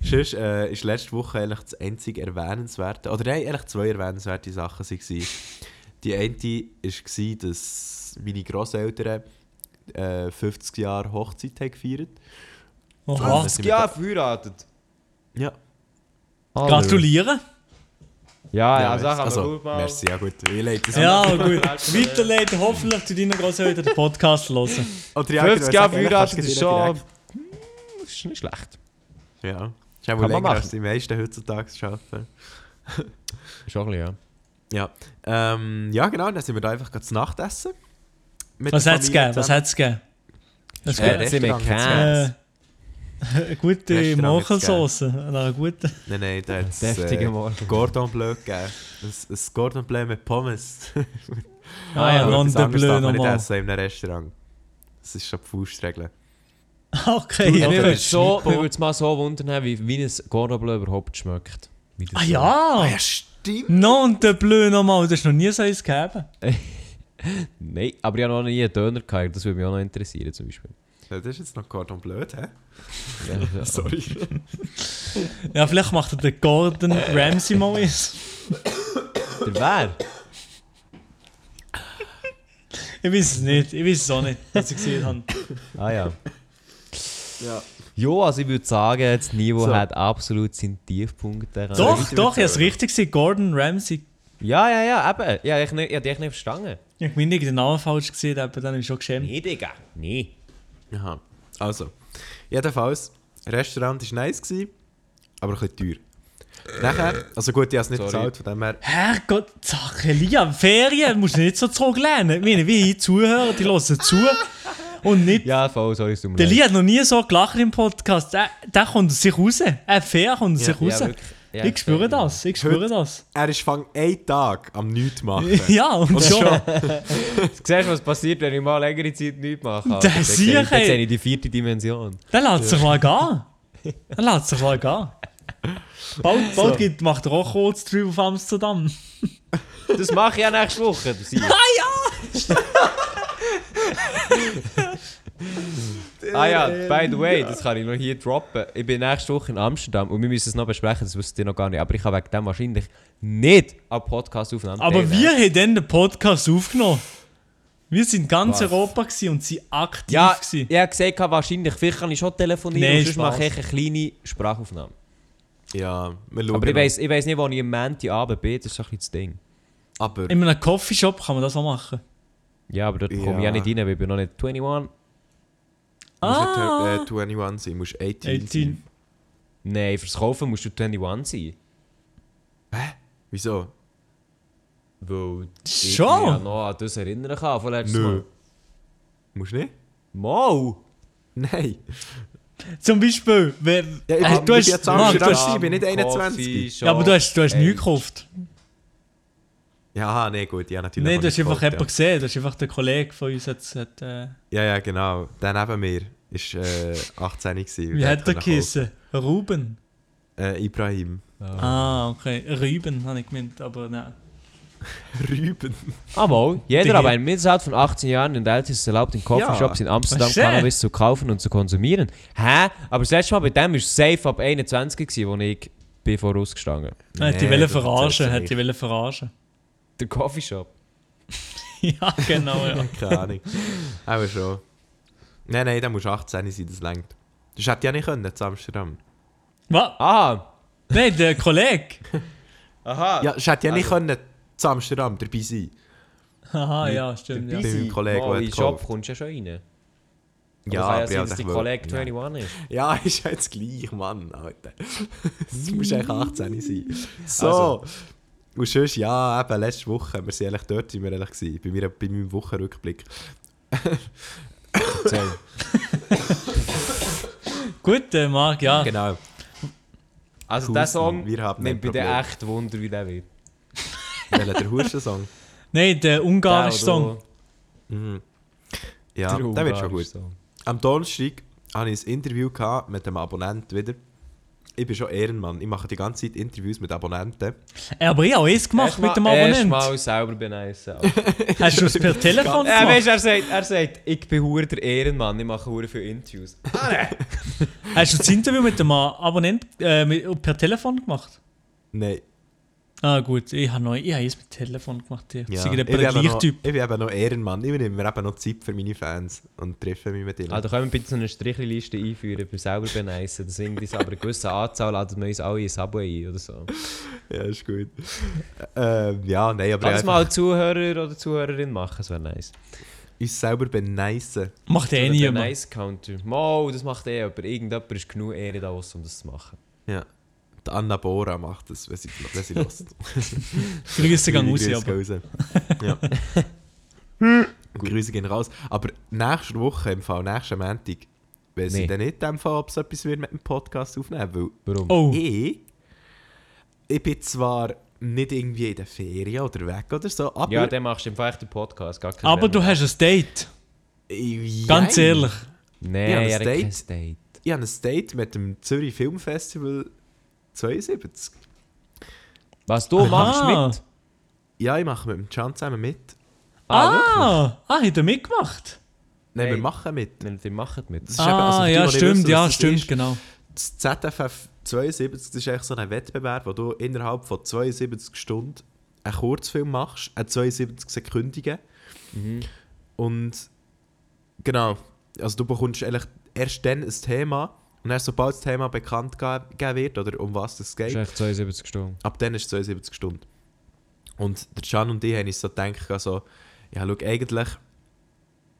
[SPEAKER 3] sonst äh, ist letzte Woche eigentlich das einzige erwähnenswerte, oder nein, eigentlich zwei erwähnenswerte Sachen waren. Die eine war, dass meine Grosseltern äh, 50 Jahre Hochzeit haben gefeiert
[SPEAKER 4] Oha.
[SPEAKER 3] sind wir
[SPEAKER 5] Ja, verheiratet.
[SPEAKER 3] Ja.
[SPEAKER 4] Gratulieren.
[SPEAKER 5] Ja, ja,
[SPEAKER 3] Ja,
[SPEAKER 5] also,
[SPEAKER 3] weiss.
[SPEAKER 5] also,
[SPEAKER 3] also,
[SPEAKER 5] gut mal.
[SPEAKER 3] merci, ja gut. Ich leite es
[SPEAKER 4] Ja, gut. Weiterleiten, hoffentlich zu deinen Großeltern den Podcast hören.
[SPEAKER 3] Oder
[SPEAKER 5] 50 Jahre verheiratet
[SPEAKER 3] das
[SPEAKER 5] ist schon. Hm, Ist nicht schlecht.
[SPEAKER 3] Ja. Ist auch
[SPEAKER 5] man
[SPEAKER 3] wohl länger
[SPEAKER 5] machen.
[SPEAKER 3] als die meisten heutzutage arbeiten.
[SPEAKER 5] Schon ein bisschen, ja.
[SPEAKER 3] Ja. Ähm, ja, genau, dann sind wir da einfach gerade zu Nacht essen. Mit
[SPEAKER 4] Was
[SPEAKER 3] der
[SPEAKER 4] hat's
[SPEAKER 3] Familie
[SPEAKER 4] gegeben? Was
[SPEAKER 3] zusammen.
[SPEAKER 4] hat's gegeben? Das
[SPEAKER 5] Äh,
[SPEAKER 4] äh,
[SPEAKER 5] das sind wir
[SPEAKER 3] Restaurant hat's
[SPEAKER 4] äh,
[SPEAKER 5] gekannt.
[SPEAKER 4] eine gute
[SPEAKER 3] Restaurant hat's
[SPEAKER 4] Mochelsauce. Eine gute.
[SPEAKER 3] Nein, nein, da hat es
[SPEAKER 5] Deftiger Morgen.
[SPEAKER 3] Gordon Bleu gegeben. Ein, ein Gordon Bleu mit Pommes.
[SPEAKER 4] Ah ja,
[SPEAKER 3] Gut,
[SPEAKER 4] non
[SPEAKER 3] das
[SPEAKER 4] de
[SPEAKER 3] anderes
[SPEAKER 4] bleu
[SPEAKER 3] darf man nicht
[SPEAKER 4] nochmal.
[SPEAKER 3] essen in einem Restaurant. Das ist schon die Faustregel.
[SPEAKER 4] Okay,
[SPEAKER 5] Mir würde
[SPEAKER 4] okay.
[SPEAKER 5] es so, mir würd's mal so wundern, wie, wie ein Cordon Bleu überhaupt schmeckt. Wie das
[SPEAKER 4] Ah
[SPEAKER 5] so-
[SPEAKER 4] ja!
[SPEAKER 3] stimmt.
[SPEAKER 4] Non de bleu nochmal. Das ist noch nie so eins gegeben.
[SPEAKER 5] Nein, aber ich habe noch nie einen Döner gehabt. Das würde mich auch noch interessieren, zum Beispiel.
[SPEAKER 3] Ja, das ist jetzt noch Gordon Bleu, hä?
[SPEAKER 5] Ja, ja.
[SPEAKER 3] Sorry.
[SPEAKER 4] Ja, vielleicht macht er den Gordon Ramsay mal eins.
[SPEAKER 5] Der wer?
[SPEAKER 4] Ich weiß es nicht. Ich weiß es auch nicht, was ich gesehen habe.
[SPEAKER 5] Ah ja.
[SPEAKER 3] ja.
[SPEAKER 5] Jo, also ich würde sagen, das Niveau
[SPEAKER 3] So.
[SPEAKER 5] hat absolut seinen Tiefpunkt erreicht.
[SPEAKER 4] Doch, doch, ich habe es richtig gesehen. Gordon Ramsay.
[SPEAKER 5] Ja, ja, ja, eben. Ja, ich habe dich nicht verstanden.
[SPEAKER 4] Ich meine, ich habe den Namen falsch gesehen, aber dann habe ich schon geschämt.
[SPEAKER 5] Nee, Digga. Nee.
[SPEAKER 3] Aha. Also, jedenfalls, Restaurant war nice. Gewesen. aber ein bisschen teuer. Nachher, also gut, ich habe es nicht
[SPEAKER 5] Sorry.
[SPEAKER 3] gezahlt, von dem her.
[SPEAKER 4] Herrgott, Sache, Lia, Ferien, musst du nicht so zurücklehnen. Ich meine, wie ich zuhöre, die hören zu und nicht...
[SPEAKER 5] Ja, voll, sorry, es tut mir
[SPEAKER 4] Der
[SPEAKER 5] leid.
[SPEAKER 4] Lia hat noch nie so gelacht im Podcast. Der, der kommt aus sich raus. Ein Fair kommt aus
[SPEAKER 5] Ja,
[SPEAKER 4] sich raus.
[SPEAKER 5] ja, wirklich. Ja,
[SPEAKER 4] ich spüre
[SPEAKER 5] sorry.
[SPEAKER 4] das, ich spüre
[SPEAKER 3] Heute-
[SPEAKER 4] das.
[SPEAKER 3] Er ist fang einen Tag am nichts machen.
[SPEAKER 4] Ja, und
[SPEAKER 3] schon.
[SPEAKER 4] schon.
[SPEAKER 5] Siehst du, was passiert, wenn ich mal längere Zeit nichts mache?
[SPEAKER 4] Der sicher,
[SPEAKER 5] Dann sehe ich- Dann
[SPEAKER 4] ey.
[SPEAKER 5] sehe ich die vierte Dimension.
[SPEAKER 4] Dann lässt sich mal gehen. Dann lässt sich mal gehen. Bald, bald gibt, macht er auch kurz drüber auf Amsterdam.
[SPEAKER 5] Das mache ich ja nächste Woche, du siehst. Ah ja! ah ja, by the way, das kann ich noch hier droppen. Ich bin nächste Woche in Amsterdam und wir müssen es noch besprechen, das wisst ihr noch gar nicht. Aber ich kann wegen dem wahrscheinlich nicht am Podcast aufnehmen.
[SPEAKER 4] Aber
[SPEAKER 5] Nein,
[SPEAKER 4] wir
[SPEAKER 5] nein.
[SPEAKER 4] haben dann den Podcast aufgenommen. Wir sind in ganz
[SPEAKER 5] Was?
[SPEAKER 4] Europa gewesen und sind aktiv.
[SPEAKER 5] Ja,
[SPEAKER 4] gewesen.
[SPEAKER 5] ich habe gesagt, wahrscheinlich. Vielleicht kann ich schon telefonieren,
[SPEAKER 4] Nein,
[SPEAKER 5] und sonst
[SPEAKER 4] Spaß.
[SPEAKER 5] mache ich eine kleine Sprachaufnahme.
[SPEAKER 3] Ja, wir schauen.
[SPEAKER 5] Aber ich
[SPEAKER 3] noch.
[SPEAKER 5] weiss, ich weiss nicht, wo ich am Montagabend bin, das ist so ein bisschen das Ding.
[SPEAKER 3] Aber
[SPEAKER 4] In einem Coffeeshop kann man das auch machen.
[SPEAKER 5] Ja, aber dort komme ich
[SPEAKER 3] Ja.
[SPEAKER 5] ja nicht rein, weil ich bin noch nicht 21.
[SPEAKER 3] ah. musst nicht äh, 21 sein, musst 18,
[SPEAKER 4] 18.
[SPEAKER 3] sein.
[SPEAKER 5] Nein, fürs Kaufen musst du 21 sein.
[SPEAKER 3] Wieso?
[SPEAKER 5] Weil ich mich
[SPEAKER 4] Schon?
[SPEAKER 5] ja noch an das erinnern kann von letztes
[SPEAKER 3] Nö.
[SPEAKER 5] Mal.
[SPEAKER 3] Musst du nicht?
[SPEAKER 5] Mal!
[SPEAKER 3] Nein.
[SPEAKER 4] Zum Beispiel, wenn,
[SPEAKER 3] Ja, ich
[SPEAKER 4] Hey,
[SPEAKER 3] bin-
[SPEAKER 4] du
[SPEAKER 3] ich
[SPEAKER 4] hast,
[SPEAKER 3] bin jetzt
[SPEAKER 4] Marc, du
[SPEAKER 3] Amsterdam.
[SPEAKER 4] hast,
[SPEAKER 3] ich bin nicht 21.
[SPEAKER 5] Coffee Shop.
[SPEAKER 4] ja, aber du hast, du hast
[SPEAKER 5] Ey,
[SPEAKER 4] nichts gekauft.
[SPEAKER 3] Ja, nee, gut, ja, natürlich.
[SPEAKER 4] Nein,
[SPEAKER 3] hab
[SPEAKER 4] du
[SPEAKER 3] ich
[SPEAKER 4] hast einfach
[SPEAKER 3] gefolgt,
[SPEAKER 4] jemanden gesehen. Du hast einfach den Kollegen von uns jetzt. Hat, äh,
[SPEAKER 3] ja. ja, ja, genau. Der neben mir war äh, 18 gewesen.
[SPEAKER 4] wie
[SPEAKER 3] Der
[SPEAKER 4] hat er
[SPEAKER 3] können
[SPEAKER 4] geheißen? Ruben.
[SPEAKER 3] kaufen. Äh, Ibrahim.
[SPEAKER 4] Ah, okay. Rüben habe ich gemeint, aber nein.
[SPEAKER 3] Rüben.
[SPEAKER 5] Ah, mal. Jeder
[SPEAKER 4] Digga.
[SPEAKER 5] ab einem Mindestalter von 18 Jahren in der Welt ist es erlaubt, in Coffeeshops in Amsterdam
[SPEAKER 4] Was ist das?
[SPEAKER 5] Cannabis zu kaufen und zu konsumieren. Hä? Aber das letzte Mal bei dem war es safe ab 21, gewesen, wo ich bin vorausgestanden
[SPEAKER 4] Nein,
[SPEAKER 3] Nee,
[SPEAKER 4] die wollen
[SPEAKER 3] das
[SPEAKER 4] verarschen,
[SPEAKER 3] erzählst du
[SPEAKER 4] hat die wollen verarschen.
[SPEAKER 5] Der Coffeeshop.
[SPEAKER 4] ja, genau, ja.
[SPEAKER 3] Keine Ahnung. Aber schon. Nein, nein, da musst du 18 sein, das längt. Das hätte ich ja nicht können, zu Amsterdam.
[SPEAKER 4] Was?
[SPEAKER 5] Aha!
[SPEAKER 4] Nein, der Kollege.
[SPEAKER 5] Aha!
[SPEAKER 3] Ja, das hätte ich ja nicht können, zu Amsterdam dabei sein.
[SPEAKER 4] Aha, ja, stimmt. Ja.
[SPEAKER 3] Bei meinem Kollegen, der
[SPEAKER 5] Mal,
[SPEAKER 3] hat
[SPEAKER 5] in den Shop
[SPEAKER 3] gekauft.
[SPEAKER 5] kommst du ja schon rein.
[SPEAKER 3] Ja,
[SPEAKER 5] aber
[SPEAKER 3] aber
[SPEAKER 5] es kann ja, sein, dass
[SPEAKER 3] ich
[SPEAKER 5] die
[SPEAKER 3] hab
[SPEAKER 5] Kollege
[SPEAKER 3] gedacht,
[SPEAKER 5] 21 ist.
[SPEAKER 3] Ja, ist ja jetzt gleich, Mann, Alter. Es muss eigentlich 18 sein. So.
[SPEAKER 5] Also.
[SPEAKER 3] Und sonst, ja, eben, letzte Woche, wir sind eigentlich dort, sind wir ehrlich gewesen, bei, mir, bei meinem Wochenrückblick.
[SPEAKER 5] Erzähl.
[SPEAKER 4] Gut, äh, Marc, ja.
[SPEAKER 3] Genau.
[SPEAKER 5] Also,
[SPEAKER 3] Husten,
[SPEAKER 5] der Song
[SPEAKER 3] wir haben
[SPEAKER 5] nimmt bei
[SPEAKER 3] ein
[SPEAKER 5] dir
[SPEAKER 3] Problem.
[SPEAKER 5] echt Wunder, wie der wird.
[SPEAKER 3] Welcher der Hurstensong?
[SPEAKER 4] Nein, der ungarische
[SPEAKER 5] Der,
[SPEAKER 4] Song.
[SPEAKER 5] oder?
[SPEAKER 3] Ja, der wird schon gut.
[SPEAKER 5] ungarische Song.
[SPEAKER 3] Am Donnerstag hatte ich ein Interview gehabt mit einem Abonnenten wieder. Ich bin schon Ehrenmann. Ich mache die ganze Zeit Interviews mit Abonnenten.
[SPEAKER 4] Äh, Aber ich habe es gemacht mit dem Abonnent.
[SPEAKER 5] Erstmal selber beneisen.
[SPEAKER 4] Hast du es per Telefon
[SPEAKER 5] Ja, Äh, weißt
[SPEAKER 4] gemacht?
[SPEAKER 5] du, er sagt, er sagt, ich bin hure der Ehrenmann, ich mache hure viele Interviews.
[SPEAKER 4] Hast du das Interview mit dem Abonnent äh, mit, per Telefon gemacht?
[SPEAKER 3] Nein.
[SPEAKER 4] Ah, gut, ich habe neu, ich habe es mit Telefon gemacht. Ich
[SPEAKER 3] Ja.
[SPEAKER 4] ja. bin
[SPEAKER 3] ich, bin
[SPEAKER 4] der
[SPEAKER 3] eben noch,
[SPEAKER 4] gleiche
[SPEAKER 3] ich
[SPEAKER 4] Typ.
[SPEAKER 3] bin eben noch Ehrenmann. Ich nehme mir eben noch Zeit für meine Fans und treffe mich mit ihnen.
[SPEAKER 5] Also können wir bitte so eine Strichliste einführen für selber beneisen. Das sind uns aber eine gewisse Anzahl, laden wir uns alle in Subway ein oder so.
[SPEAKER 3] Ja, ist gut. ähm, ja, nein, aber
[SPEAKER 5] Kann das
[SPEAKER 3] einfach
[SPEAKER 5] mal Zuhörer oder Zuhörerin machen, das wäre nice.
[SPEAKER 3] uns selber beneissen.
[SPEAKER 4] Macht eh niemand.
[SPEAKER 5] nice Counter. Mal, das macht eh, aber irgendjemand ist genug Ehre da draussen, um das zu machen.
[SPEAKER 3] Ja. Die Anna Bora macht das, wenn sie, wenn sie lässt.
[SPEAKER 4] Grüße gehen raus,
[SPEAKER 3] Grüße
[SPEAKER 4] aber.
[SPEAKER 3] gehen raus. Ja. Grüße gehen raus. Aber nächste Woche, im Fall nächsten Montag, weiss
[SPEAKER 5] Nee.
[SPEAKER 3] ich dann nicht in dem Fall, ob es etwas wird mit dem Podcast aufnehmen weil
[SPEAKER 5] Warum?
[SPEAKER 4] Oh,
[SPEAKER 3] ich, ich bin zwar nicht irgendwie in der Ferien oder weg oder so, aber...
[SPEAKER 5] Ja, dann machst du im Fall echt den Podcast, gar kein
[SPEAKER 4] aber du hast ein Date.
[SPEAKER 3] ich,
[SPEAKER 4] Ganz
[SPEAKER 3] Jein.
[SPEAKER 4] ehrlich.
[SPEAKER 3] Ja,
[SPEAKER 5] Nein,
[SPEAKER 3] das
[SPEAKER 5] er hat
[SPEAKER 3] Date.
[SPEAKER 5] kein Date.
[SPEAKER 3] Ich habe ein Date mit dem Zürich Film Festival 72.
[SPEAKER 5] Was du machst mit?
[SPEAKER 3] Ja, ich mache mit dem Can zusammen mit.
[SPEAKER 4] Ah, ah, hat er mitgemacht?
[SPEAKER 3] Nein, wir
[SPEAKER 5] Nein.
[SPEAKER 3] machen mit.
[SPEAKER 5] Nein, die machen mit.
[SPEAKER 3] Das ist eben- also
[SPEAKER 4] Ah,
[SPEAKER 3] für die, die nicht
[SPEAKER 4] ja,
[SPEAKER 3] wissen,
[SPEAKER 4] stimmt,
[SPEAKER 3] was
[SPEAKER 4] ja,
[SPEAKER 3] das
[SPEAKER 4] stimmt,
[SPEAKER 3] ist,
[SPEAKER 4] genau.
[SPEAKER 3] Das ZFF 72 das ist eigentlich so ein Wettbewerb, wo du innerhalb von 72 Stunden einen Kurzfilm machst, einen 72 sekündigen. Und genau, also du bekommst eigentlich erst dann ein Thema und erst sobald das Thema bekannt ge- gegeben wird oder um was es
[SPEAKER 5] Das
[SPEAKER 3] geht,
[SPEAKER 5] ist echt 72 Stunden.
[SPEAKER 3] ab dann ist es 72 Stunden. Und der Can und ich haben uns so gedacht, also, ja, schau, eigentlich,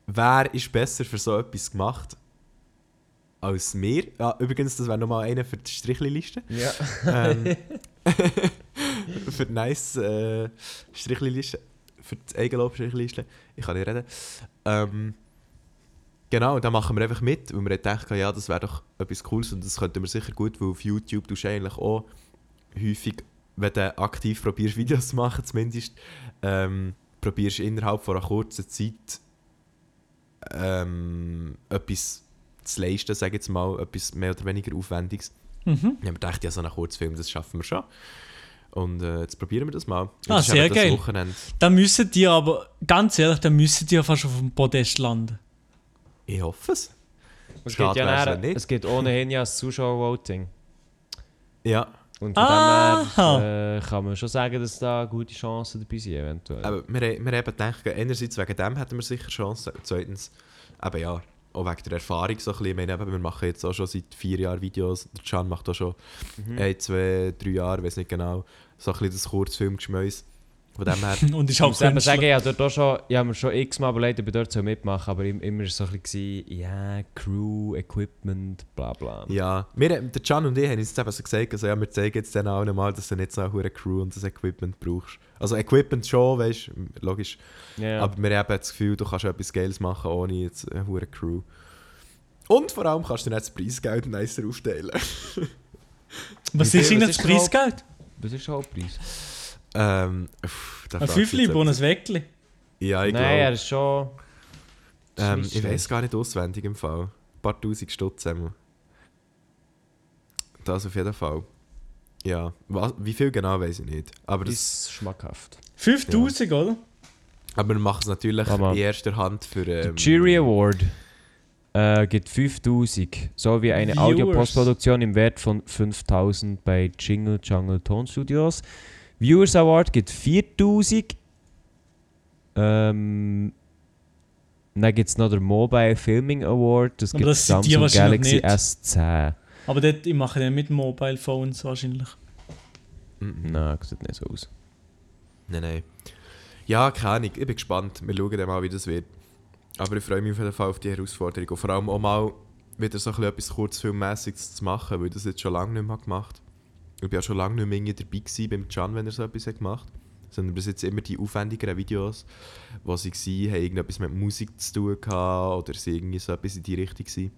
[SPEAKER 3] wer ist besser für so etwas gemacht als mir. Ja, übrigens, das wäre nochmal einer für die Strichliste.
[SPEAKER 5] Ja.
[SPEAKER 3] Ähm, für die nice äh, Strichliste. Für die Eigenlob-Strichliste. Ich kann nicht reden. Ähm, genau, da machen wir einfach mit, weil wir haben gedacht haben, ja, das wäre doch etwas Cooles und das könnten wir sicher gut, weil auf YouTube tust du eigentlich auch häufig, wenn du aktiv probierst, Videos zu machen, zumindest, ähm, probierst innerhalb von einer kurzen Zeit ähm, etwas zu leisten, sage ich jetzt mal, etwas mehr oder weniger Aufwendiges.
[SPEAKER 4] Mhm.
[SPEAKER 3] Ja, wir dachten, ja, so einen Kurzfilm, das schaffen wir schon. Und äh, jetzt probieren wir das mal. Und
[SPEAKER 4] Ah,
[SPEAKER 3] das ist
[SPEAKER 4] sehr
[SPEAKER 3] eben das
[SPEAKER 4] geil.
[SPEAKER 3] Wochenende.
[SPEAKER 4] Dann müsstet ihr aber, ganz ehrlich, dann müsstet ihr fast auf dem Podest landen.
[SPEAKER 3] Ich hoffe es.
[SPEAKER 5] Es
[SPEAKER 3] Schade
[SPEAKER 5] geht, ja
[SPEAKER 3] wär's,
[SPEAKER 5] nachher,
[SPEAKER 3] wenn nicht.
[SPEAKER 5] es geht ohnehin ja das Zuschauervoting.
[SPEAKER 3] Ja,
[SPEAKER 5] Und von dem
[SPEAKER 4] Aha.
[SPEAKER 5] her äh, kann man schon sagen, dass da gute Chancen dabei sind, eventuell.
[SPEAKER 3] aber wir, haben- wir haben eben gedacht, einerseits wegen dem hätten wir sicher Chancen. Zweitens, eben ja, auch wegen der Erfahrung so ein bisschen. Ich meine, eben, wir machen jetzt auch schon seit vier Jahren Videos. Der Can macht auch schon ein, zwei, drei Jahre, weiß nicht genau, so ein bisschen das Kurzfilmgeschmäus. Von dem her,
[SPEAKER 4] Und ich
[SPEAKER 5] Ich
[SPEAKER 4] auch
[SPEAKER 5] muss eben sagen,
[SPEAKER 4] Künstler.
[SPEAKER 5] ich habe dort auch schon, ich habe mir schon x-mal überlegt, ob ich dort so mitmachen aber im- immer war es so ein bisschen, ja, Crew, Equipment, bla bla.
[SPEAKER 3] ja. Wir, haben- der Can und ich haben uns jetzt eben so gesagt, also, ja, wir zeigen jetzt dann allen mal, dass du nicht so eine hohe Crew und das Equipment brauchst. Also Equipment schon, weißt du, logisch.
[SPEAKER 5] Ja.
[SPEAKER 3] Aber wir haben eben das Gefühl, du kannst etwas Geiles machen ohne jetzt eine hure Crew. Und vor allem kannst du dann das Preisgeld nicer aufteilen.
[SPEAKER 4] Was
[SPEAKER 5] Wie
[SPEAKER 4] ist
[SPEAKER 5] viel-
[SPEAKER 4] denn
[SPEAKER 5] was
[SPEAKER 4] das
[SPEAKER 5] ist überhaupt-
[SPEAKER 4] Preisgeld?
[SPEAKER 5] Was ist der Hauptpreis?
[SPEAKER 3] Ähm, pff, da fragst du
[SPEAKER 4] Ein
[SPEAKER 3] jetzt
[SPEAKER 4] Fünfli,
[SPEAKER 3] etwas.
[SPEAKER 4] Bonus Weckli.
[SPEAKER 3] Ja, ich
[SPEAKER 5] Nein, er
[SPEAKER 3] glaube.
[SPEAKER 5] ist schon.
[SPEAKER 3] Ähm,
[SPEAKER 5] ist
[SPEAKER 3] ich weiß
[SPEAKER 5] schlecht.
[SPEAKER 3] gar nicht auswendig im Fall. Ein paar tausend Stutz haben wir. Das auf jeden Fall. Ja, was, wie viel genau weiß ich nicht. Aber, das,
[SPEAKER 5] ist schmackhaft.
[SPEAKER 4] 5000, oder?
[SPEAKER 3] aber wir machen es natürlich
[SPEAKER 5] Warte mal.
[SPEAKER 3] in erster Hand für.
[SPEAKER 5] Der
[SPEAKER 3] Ähm,
[SPEAKER 5] Jury Award äh, gibt 5000, sowie eine
[SPEAKER 4] Viewers.
[SPEAKER 5] Audio-Postproduktion im Wert von 5000 bei Jingle Jungle Tone Studios. Viewers Award gibt 4000. Ähm, dann gibt es noch den Mobile Filming Award, das
[SPEAKER 4] Aber
[SPEAKER 5] gibt
[SPEAKER 4] das sind die
[SPEAKER 5] Samsung
[SPEAKER 4] wahrscheinlich
[SPEAKER 5] Galaxy
[SPEAKER 4] nicht.
[SPEAKER 5] S10.
[SPEAKER 4] Aber dort, ich mache den mit Mobile Phones wahrscheinlich.
[SPEAKER 5] Nein, sieht nicht so aus.
[SPEAKER 3] Nein, nein. Ja, keine Ahnung. Ich bin gespannt. Wir schauen dann mal, wie das wird. Aber ich freue mich auf jeden Fall auf die Herausforderung. Und vor allem auch mal wieder so ein bisschen etwas kurzfilmmäßiges zu machen, weil ich das jetzt schon lange nicht mehr gemacht habe. Ich war schon lange nicht mehr irgendwie dabei gewesen beim Can, wenn er so etwas hat gemacht hat. Sondern bis jetzt immer die aufwendigeren Videos, die sie waren, haben irgendetwas mit Musik zu tun gehabt oder sie irgendwie so etwas in die Richtung waren.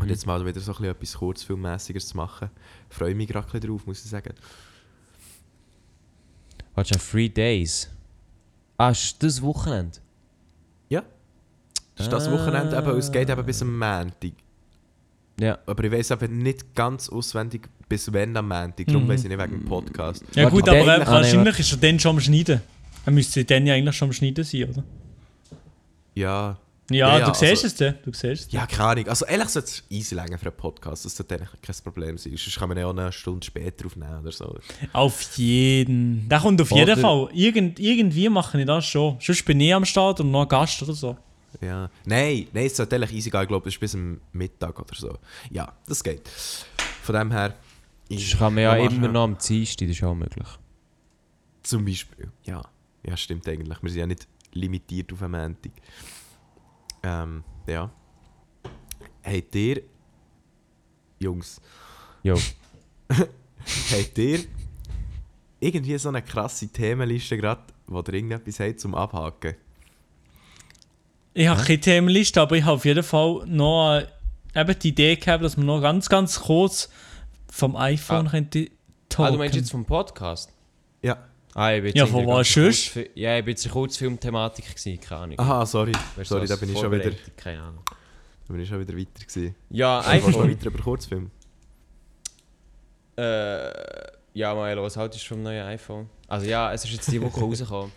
[SPEAKER 3] Und jetzt mal wieder so ein bisschen etwas kurzfilmmäßiges zu machen, freue ich mich gerade ein bisschen drauf, muss ich sagen.
[SPEAKER 5] Warte, ja, Free Days. Ah, ist das Wochenende?
[SPEAKER 3] Ja. Das ist das Wochenende, eben, und es geht eben bis am Montag.
[SPEAKER 5] Ja.
[SPEAKER 3] Aber ich weiß eben nicht ganz auswendig, bis wann am Montag. Darum weiss weiß ich nicht wegen dem Podcast.
[SPEAKER 4] Ja
[SPEAKER 5] Warte,
[SPEAKER 4] gut,
[SPEAKER 5] aber
[SPEAKER 4] aber er-
[SPEAKER 5] eigentlich- Ah, nein,
[SPEAKER 4] wahrscheinlich ist er dann schon am Schneiden. Er müsste dann ja eigentlich schon am Schneiden sein, oder?
[SPEAKER 3] Ja.
[SPEAKER 4] Ja, du siehst
[SPEAKER 3] also,
[SPEAKER 4] es dann. Du siehst es.
[SPEAKER 3] Ja, keine Ahnung. Also ehrlich sollte es easy länger für einen Podcast. Das sollte eigentlich kein Problem sein. Sonst kann man ja auch eine Stunde später aufnehmen oder so.
[SPEAKER 4] Auf jeden. Der kommt auf jeden
[SPEAKER 5] Oder-
[SPEAKER 4] Fall. Irgend, irgendwie mache ich das schon. Sonst bin ich am Start und noch ein Gast oder so.
[SPEAKER 3] Ja. Nein, nein, es sollte eigentlich easy gehen. Ich glaube, es ist bis am Mittag oder so. Ja, das geht. Von dem her...
[SPEAKER 5] Das kann man ja
[SPEAKER 3] mal
[SPEAKER 5] immer
[SPEAKER 3] schauen.
[SPEAKER 5] noch am Dienstag, das ist auch möglich.
[SPEAKER 3] Zum Beispiel. Ja. Ja, stimmt eigentlich. Wir sind ja nicht limitiert auf einen Montag. Ähm, ja. Habt ihr. Jungs,
[SPEAKER 5] Jo.
[SPEAKER 3] habt ihr irgendwie so eine krasse Themenliste gerade, wo ihr irgendetwas habt zum Abhaken?
[SPEAKER 4] Ich habe keine Themenliste, aber ich habe auf jeden Fall noch äh, eben die Idee gehabt, dass man noch ganz, ganz kurz vom iPhone
[SPEAKER 5] Ah.
[SPEAKER 4] könnte
[SPEAKER 5] Ah,
[SPEAKER 4] talken.
[SPEAKER 5] du meinst jetzt vom Podcast?
[SPEAKER 3] Ja.
[SPEAKER 5] Ah, ich bin jetzt
[SPEAKER 4] Ja,
[SPEAKER 5] in der
[SPEAKER 4] von was
[SPEAKER 5] ganzen
[SPEAKER 4] sonst?
[SPEAKER 5] Kurzfi- Ja, ich bin jetzt in Kurzfilmthematik gewesen, keine Ahnung.
[SPEAKER 3] Aha, sorry.
[SPEAKER 5] Weißt du,
[SPEAKER 3] Ah, sorry,
[SPEAKER 5] als
[SPEAKER 3] da bin ich schon wieder.
[SPEAKER 5] Vorbereitung, Keine Ahnung.
[SPEAKER 3] Da bin ich schon wieder weiter gewesen.
[SPEAKER 5] Ja,
[SPEAKER 3] Ich war schon
[SPEAKER 5] iPhone.
[SPEAKER 3] weiter über Kurzfilm.
[SPEAKER 5] äh, ja, Maelo, was haltest du vom neuen iPhone? Also ja, es ist jetzt die Woche rausgekommen.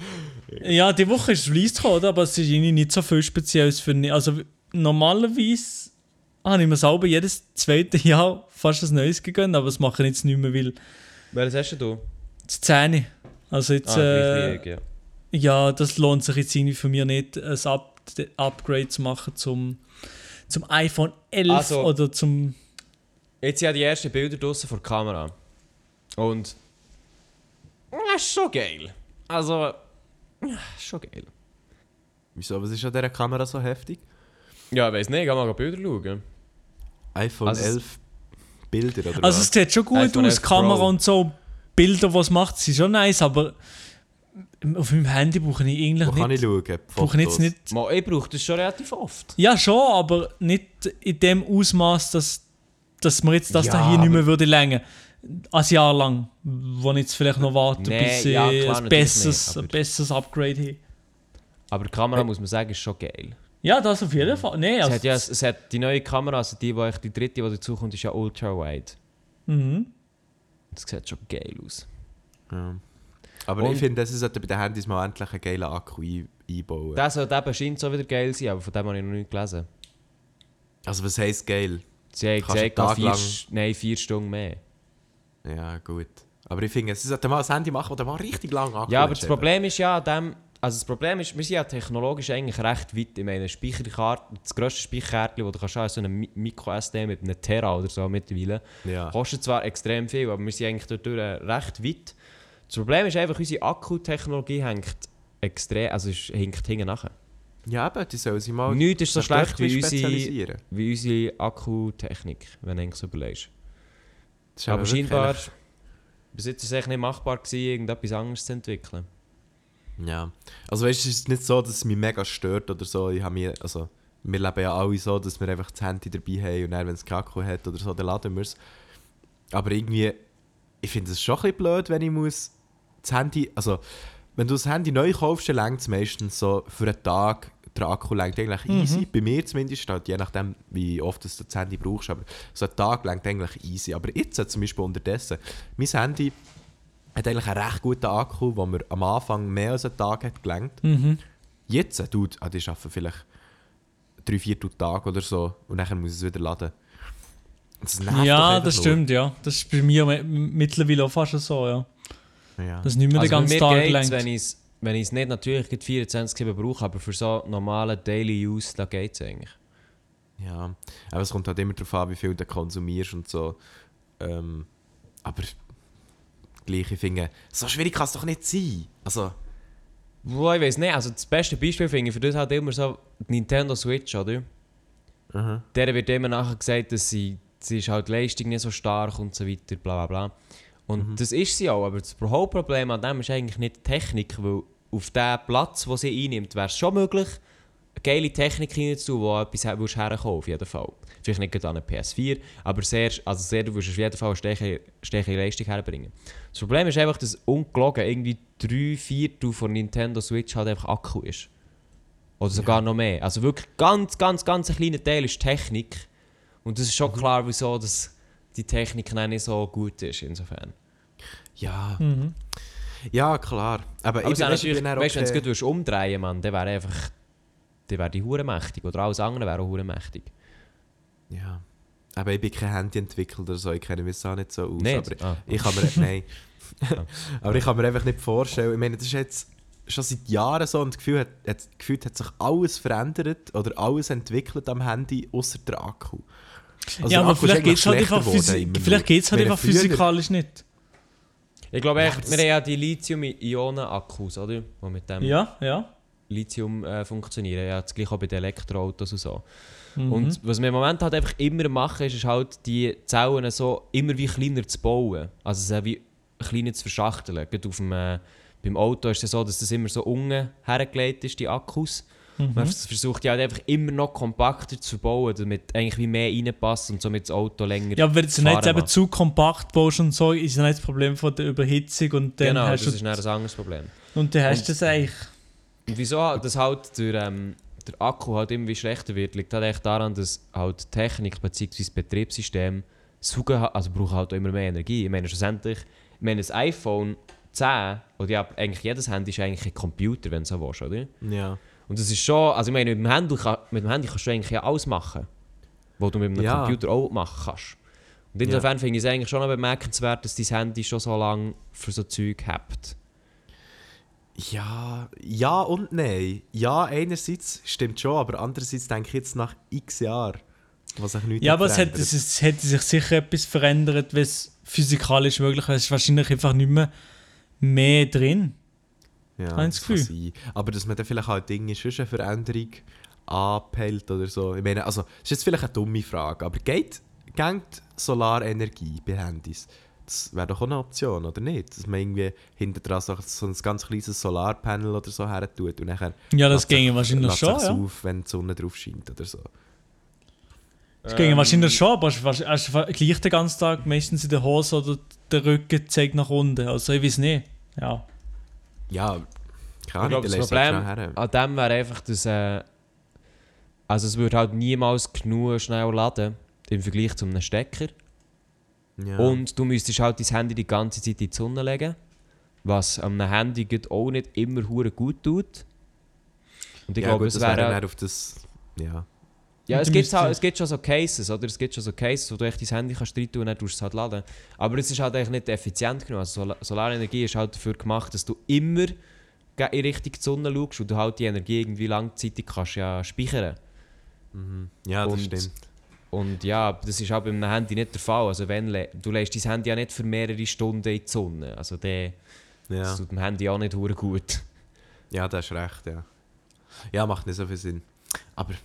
[SPEAKER 4] Ja, die Woche ist Release gekommen, oder? aber es ist irgendwie nicht so viel Spezielles für mich. Also normalerweise habe ich mir selber jedes zweite Jahr fast was Neues gegönnt, aber das mache ich jetzt nicht mehr, weil
[SPEAKER 5] Welches hast du?
[SPEAKER 4] das Zähne. Also jetzt,
[SPEAKER 5] Ah,
[SPEAKER 4] äh,
[SPEAKER 5] gleich wie ich, ja.
[SPEAKER 4] ja, das lohnt sich jetzt irgendwie für mich nicht, ein Up Upgrade zu machen zum, zum iPhone 11
[SPEAKER 5] Also-
[SPEAKER 4] oder zum...
[SPEAKER 5] Jetzt sind ja die ersten Bilder draussen vor der Kamera. Und... Das ist schon geil. Also... Das ist schon geil.
[SPEAKER 3] Wieso? Was ist an dieser Kamera so heftig?
[SPEAKER 5] Ja, ich weiss nicht, ich kann mal Bilder schauen.
[SPEAKER 3] iPhone
[SPEAKER 5] Also es-
[SPEAKER 3] 11 Bilder oder
[SPEAKER 4] Also es
[SPEAKER 3] was?
[SPEAKER 4] sieht schon gut
[SPEAKER 5] iPhone
[SPEAKER 4] aus,
[SPEAKER 5] 11
[SPEAKER 4] Kamera
[SPEAKER 5] Pro.
[SPEAKER 4] und so, Bilder, was macht, sind schon nice, aber auf meinem Handy brauche ich eigentlich
[SPEAKER 3] Wo kann ich
[SPEAKER 4] nicht,
[SPEAKER 3] schauen?
[SPEAKER 4] brauche ich jetzt nicht,
[SPEAKER 5] Mal, ich brauche das schon relativ oft.
[SPEAKER 4] ja schon, aber nicht in dem Ausmaß, dass, dass mir jetzt das
[SPEAKER 3] Ja,
[SPEAKER 4] da hier nicht mehr
[SPEAKER 3] aber-
[SPEAKER 4] würde länger, ein Jahr lang, wo ich jetzt vielleicht noch warte,
[SPEAKER 5] Nee,
[SPEAKER 4] bis ich
[SPEAKER 5] ja, klar,
[SPEAKER 4] ein,
[SPEAKER 5] natürlich
[SPEAKER 4] besseres,
[SPEAKER 5] nicht, aber-
[SPEAKER 4] ein besseres Upgrade habe.
[SPEAKER 5] Aber die Kamera, muss man sagen, ist schon geil.
[SPEAKER 4] Ja, das auf jeden Fall. Nee,
[SPEAKER 5] Es
[SPEAKER 4] also,
[SPEAKER 5] hat ja, es hat die neue Kamera, also die, die, die dritte, die dazukommt, ist ja ultra-wide.
[SPEAKER 4] mhm.
[SPEAKER 5] Das sieht schon geil aus.
[SPEAKER 3] Aber
[SPEAKER 5] Und-
[SPEAKER 3] ich finde, das sollte bei den Handys mal endlich einen geilen Akku ein einbauen.
[SPEAKER 5] Das sollte eben scheint so wieder geil sein, aber von dem habe ich noch nicht gelesen.
[SPEAKER 3] also was heisst geil?
[SPEAKER 5] Sie haben
[SPEAKER 3] Kannst
[SPEAKER 5] gesagt,
[SPEAKER 3] einen
[SPEAKER 5] dass
[SPEAKER 3] Tag
[SPEAKER 5] vier,
[SPEAKER 3] lang-
[SPEAKER 5] Sch- nein, vier Stunden mehr.
[SPEAKER 3] Ja, gut. Aber ich finde, sie sollten mal ein Handy machen, das mal richtig lang Akku
[SPEAKER 5] Ja,
[SPEAKER 3] hat,
[SPEAKER 5] aber das
[SPEAKER 3] eben.
[SPEAKER 5] Problem ist ja, an dem, also das Problem ist, wir sind ja technologisch eigentlich recht weit. Ich meine, Speicherkarte, das grösste Speicherkärtchen, das du kannst, haben, ist so eine Mi- Micro SD mit einem Tera oder so mittlerweile.
[SPEAKER 3] Ja.
[SPEAKER 5] Kostet zwar extrem viel, aber wir sind eigentlich dadurch äh, recht weit. Das Problem ist einfach, unsere Akkutechnologie hängt extrem, also ist, hinkt hinten nachher.
[SPEAKER 3] Ja, aber die sollen sich mal...
[SPEAKER 5] Nichts ist so
[SPEAKER 3] sich dort
[SPEAKER 5] schlecht wie unsere,
[SPEAKER 3] Ah, spezialisieren.
[SPEAKER 5] wie unsere Akkutechnik, wenn du eigentlich so überlegst.
[SPEAKER 3] Das ist
[SPEAKER 5] Aber
[SPEAKER 3] wirklich
[SPEAKER 5] scheinbar
[SPEAKER 3] eigentlich-
[SPEAKER 5] bis jetzt war es eigentlich nicht machbar, gewesen, irgendetwas anderes zu entwickeln.
[SPEAKER 3] Ja. Also weißt du, es ist nicht so, dass es mich mega stört oder so. Ich habe mir, also, wir leben ja alle so, dass wir einfach das Handy dabei haben und dann, wenn es keinen Akku hat oder so, dann laden wir es. Aber irgendwie, ich finde es schon ein bisschen blöd, wenn ich muss das Handy, also wenn du das Handy neu kaufst, dann längt es meistens so für einen Tag. Der Akku längt eigentlich
[SPEAKER 4] Mhm.
[SPEAKER 3] easy, bei mir zumindest, halt, je nachdem, wie oft du das Handy brauchst, aber so ein Tag längt eigentlich easy. Aber jetzt hat zum Beispiel unterdessen, mein Handy hat eigentlich einen recht guten Akku, wo mir am Anfang mehr als einen Tag hat gelangt.
[SPEAKER 4] Mhm.
[SPEAKER 3] Jetzt, äh, dude, ah, die arbeiten vielleicht drei, vier Tage oder so und nachher muss ich es wieder laden. Das nervt doch
[SPEAKER 4] ja
[SPEAKER 3] einfach
[SPEAKER 4] das
[SPEAKER 3] nur.
[SPEAKER 4] stimmt, ja. Das ist bei mir mi- mittlerweile auch fast so, ja.
[SPEAKER 3] Ja.
[SPEAKER 4] Das ist nicht mehr den ganzen
[SPEAKER 5] Also mir
[SPEAKER 4] Tag
[SPEAKER 5] geht's,
[SPEAKER 4] gelenkt.
[SPEAKER 5] wenn ich es wenn ich's nicht natürlich gerade 24 brauche, aber für so normalen Daily Use, da geht es eigentlich.
[SPEAKER 3] Ja, aber es kommt halt immer darauf an, wie viel du konsumierst und so. Ähm, aber gleiche Finger. So schwierig kann es doch nicht sein. Also,
[SPEAKER 5] Wo ich weiß nicht, also das beste Beispiel finde ich für das halt immer so die Nintendo Switch, oder?
[SPEAKER 3] Mhm.
[SPEAKER 5] Der wird immer nachher gesagt, dass sie, sie ist halt dus die Leistung nicht so stark und so weiter, bla bla dus bla. Und das ist sie auch, aber das Hauptproblem an dem ist eigentlich nicht die Technik, weil auf dem Platz, wo sie einnimmt, wäre es schon möglich, eine geile Technik reinzutun, wo etwas her- willst herkommen auf jeden Fall. Vielleicht nicht gerade an eine PS4, aber sehr, also sehr, du wirst auf jeden Fall eine stärkere, stärkere Leistung herbringen. Das Problem ist einfach, dass ungelogen irgendwie drei Viertel von Nintendo Switch halt einfach Akku ist. Oder sogar noch mehr. Also wirklich ganz, ganz, ganz ein kleiner Teil ist Technik. Und das ist
[SPEAKER 3] Mhm.
[SPEAKER 5] schon klar, wieso dass die Technik dann nicht so gut ist, insofern.
[SPEAKER 3] ja. Ja, klar. Aber,
[SPEAKER 5] Mhm. Aber
[SPEAKER 3] ich
[SPEAKER 5] ich
[SPEAKER 3] bin,
[SPEAKER 5] natürlich,
[SPEAKER 3] ich bin
[SPEAKER 5] weißt,
[SPEAKER 3] dann
[SPEAKER 5] du, wenn du es
[SPEAKER 3] okay.
[SPEAKER 5] gut umdrehen man, dann wäre einfach, dann wäre die Hure mächtig. Oder alles andere wäre auch Hure mächtig.
[SPEAKER 3] Ja. Aber ich bin kein Handyentwickler oder so, ich kenne mich auch nicht so aus.
[SPEAKER 5] Nicht?
[SPEAKER 3] Aber
[SPEAKER 5] Ah.
[SPEAKER 3] ich kann mir, e- nein.
[SPEAKER 4] Ah.
[SPEAKER 3] aber ich kann mir einfach nicht vorstellen, ich meine, das ist jetzt schon seit Jahren so und das Gefühl hat, hat, gefühlt hat sich alles verändert oder alles entwickelt am Handy, außer der Akku. Also der
[SPEAKER 4] ja, aber
[SPEAKER 3] Akku ist
[SPEAKER 4] vielleicht geht
[SPEAKER 3] eigentlich
[SPEAKER 4] es halt
[SPEAKER 3] schlechter
[SPEAKER 4] einfach,
[SPEAKER 3] geworden
[SPEAKER 4] physi-
[SPEAKER 3] immer
[SPEAKER 4] vielleicht
[SPEAKER 3] nur.
[SPEAKER 4] geht's halt
[SPEAKER 3] Ich meine,
[SPEAKER 4] einfach
[SPEAKER 3] früher-
[SPEAKER 4] physikalisch nicht.
[SPEAKER 5] Ich glaube, echt,
[SPEAKER 3] das-
[SPEAKER 5] wir haben ja die Lithium-Ionen-Akkus, oder? Die mit dem
[SPEAKER 4] Ja, ja.
[SPEAKER 5] Lithium äh, funktionieren. Ja, das gleiche auch bei den Elektroautos und so.
[SPEAKER 4] Mhm.
[SPEAKER 5] Und was wir im Moment halt einfach immer machen, ist, ist halt, die Zellen so immer wie kleiner zu bauen. Also so wie kleiner zu verschachteln. Gerade auf dem, äh, beim Auto ist es so, dass das immer so unten hergelegt ist, die Akkus.
[SPEAKER 4] Mhm.
[SPEAKER 5] Man vers- versucht die halt einfach immer noch kompakter zu bauen, damit eigentlich wie mehr reinpasst und somit das Auto länger
[SPEAKER 4] Ja, aber wenn du sie
[SPEAKER 5] fahren
[SPEAKER 4] jetzt eben
[SPEAKER 5] macht.
[SPEAKER 4] zu kompakt baust und so, ist dann nicht das Problem von der Überhitzung und dann
[SPEAKER 5] Genau, das
[SPEAKER 4] hast
[SPEAKER 5] ist
[SPEAKER 4] du
[SPEAKER 5] dann ein anderes Problem.
[SPEAKER 4] und dann hast du das eigentlich.
[SPEAKER 5] Und wieso halt das halt der, ähm, der Akku halt immer wie schlechter wird, liegt halt echt daran, dass halt Technik bzw. das Betriebssystem suchen, ha- also braucht halt auch immer mehr Energie. Ich meine, schlussendlich, ich meine, das iPhone 10 oder ja, eigentlich jedes Handy ist eigentlich ein Computer, wenn du so willst, oder?
[SPEAKER 3] Ja.
[SPEAKER 5] Und das ist schon, also ich meine, mit dem Handy, kann, mit dem Handy kannst du eigentlich ja alles machen, was du mit einem
[SPEAKER 3] Ja.
[SPEAKER 5] Computer auch machen kannst. Und insofern finde ich es eigentlich schon noch bemerkenswert, dass dein Handy schon so lange für so Zeug hebt.
[SPEAKER 3] Ja, ja und nein. Ja, einerseits stimmt schon, aber andererseits denke ich jetzt nach x Jahren, was ich nicht
[SPEAKER 4] Ja, aber es hätte, es, es hätte sich sicher etwas verändert, wenn es physikalisch möglich wäre. Es ist wahrscheinlich einfach nicht mehr, mehr drin.
[SPEAKER 3] Ja,
[SPEAKER 4] Habe ich das
[SPEAKER 3] das kann
[SPEAKER 4] Gefühl.
[SPEAKER 3] halt sein. Aber dass man dann vielleicht auch Dinge, sonst eine Veränderung anpeilt oder so? Ich meine, also, das ist jetzt vielleicht eine dumme Frage, aber geht, geht Solarenergie bei Handys? Das wäre doch auch eine Option, oder nicht? Dass man irgendwie hinter dran so, so ein ganz kleines Solarpanel oder so her tut und nachher.
[SPEAKER 4] Ja, das
[SPEAKER 3] lässt sich-
[SPEAKER 4] ginge wahrscheinlich
[SPEAKER 3] lässt
[SPEAKER 4] schon,
[SPEAKER 3] sich's
[SPEAKER 4] ja.
[SPEAKER 3] auf, wenn die Sonne drauf scheint oder so.
[SPEAKER 4] Das
[SPEAKER 5] Ähm.
[SPEAKER 4] ging wahrscheinlich schon, aber hast, hast, hast gleich den ganzen Tag meistens in der Hose oder der Rücken zeigt nach unten. Also ich weiß nicht. Ja.
[SPEAKER 3] Ja,
[SPEAKER 5] Ich
[SPEAKER 3] keine Ahnung,
[SPEAKER 5] glaube,
[SPEAKER 3] dann
[SPEAKER 5] das
[SPEAKER 3] Ah, lässt sich's
[SPEAKER 5] Problem
[SPEAKER 3] schnell her.
[SPEAKER 5] an dem wäre einfach, dass. Äh, also, es würde halt niemals genug schnell laden im Vergleich zu einem Stecker.
[SPEAKER 3] Ja.
[SPEAKER 5] Und du müsstest halt dein Handy die ganze Zeit in die Sonne legen. Was am Handy gerade auch nicht immer hure gut tut. Und ich
[SPEAKER 3] ja,
[SPEAKER 5] glaube,
[SPEAKER 3] gut,
[SPEAKER 5] es
[SPEAKER 3] das wäre
[SPEAKER 5] wäre.
[SPEAKER 3] dann auf das. Ja.
[SPEAKER 5] Ja,
[SPEAKER 4] Und
[SPEAKER 5] es
[SPEAKER 4] du
[SPEAKER 5] gibt,
[SPEAKER 4] müsstest-
[SPEAKER 5] halt, es gibt schon so Cases, oder? Es gibt schon so Cases, wo du echt dein Handy kannst rein tun und dann tust du es halt laden. Aber es ist halt eigentlich nicht effizient genug. Also Sol Solarenergie ist halt dafür gemacht, dass du immer ge- in Richtung die Sonne schaust und du halt die Energie irgendwie langzeitig kannst ja speichern.
[SPEAKER 3] ja, das
[SPEAKER 5] Und-
[SPEAKER 3] stimmt.
[SPEAKER 5] Und ja, das ist halt bei einem Handy nicht der Fall. Also wenn, le- du lässt dein Handy ja nicht für mehrere Stunden in die Sonne. Also der,
[SPEAKER 3] Ja.
[SPEAKER 5] das tut dem Handy auch nicht hure gut.
[SPEAKER 3] ja, das ist recht, ja. Ja, macht nicht so viel Sinn. Aber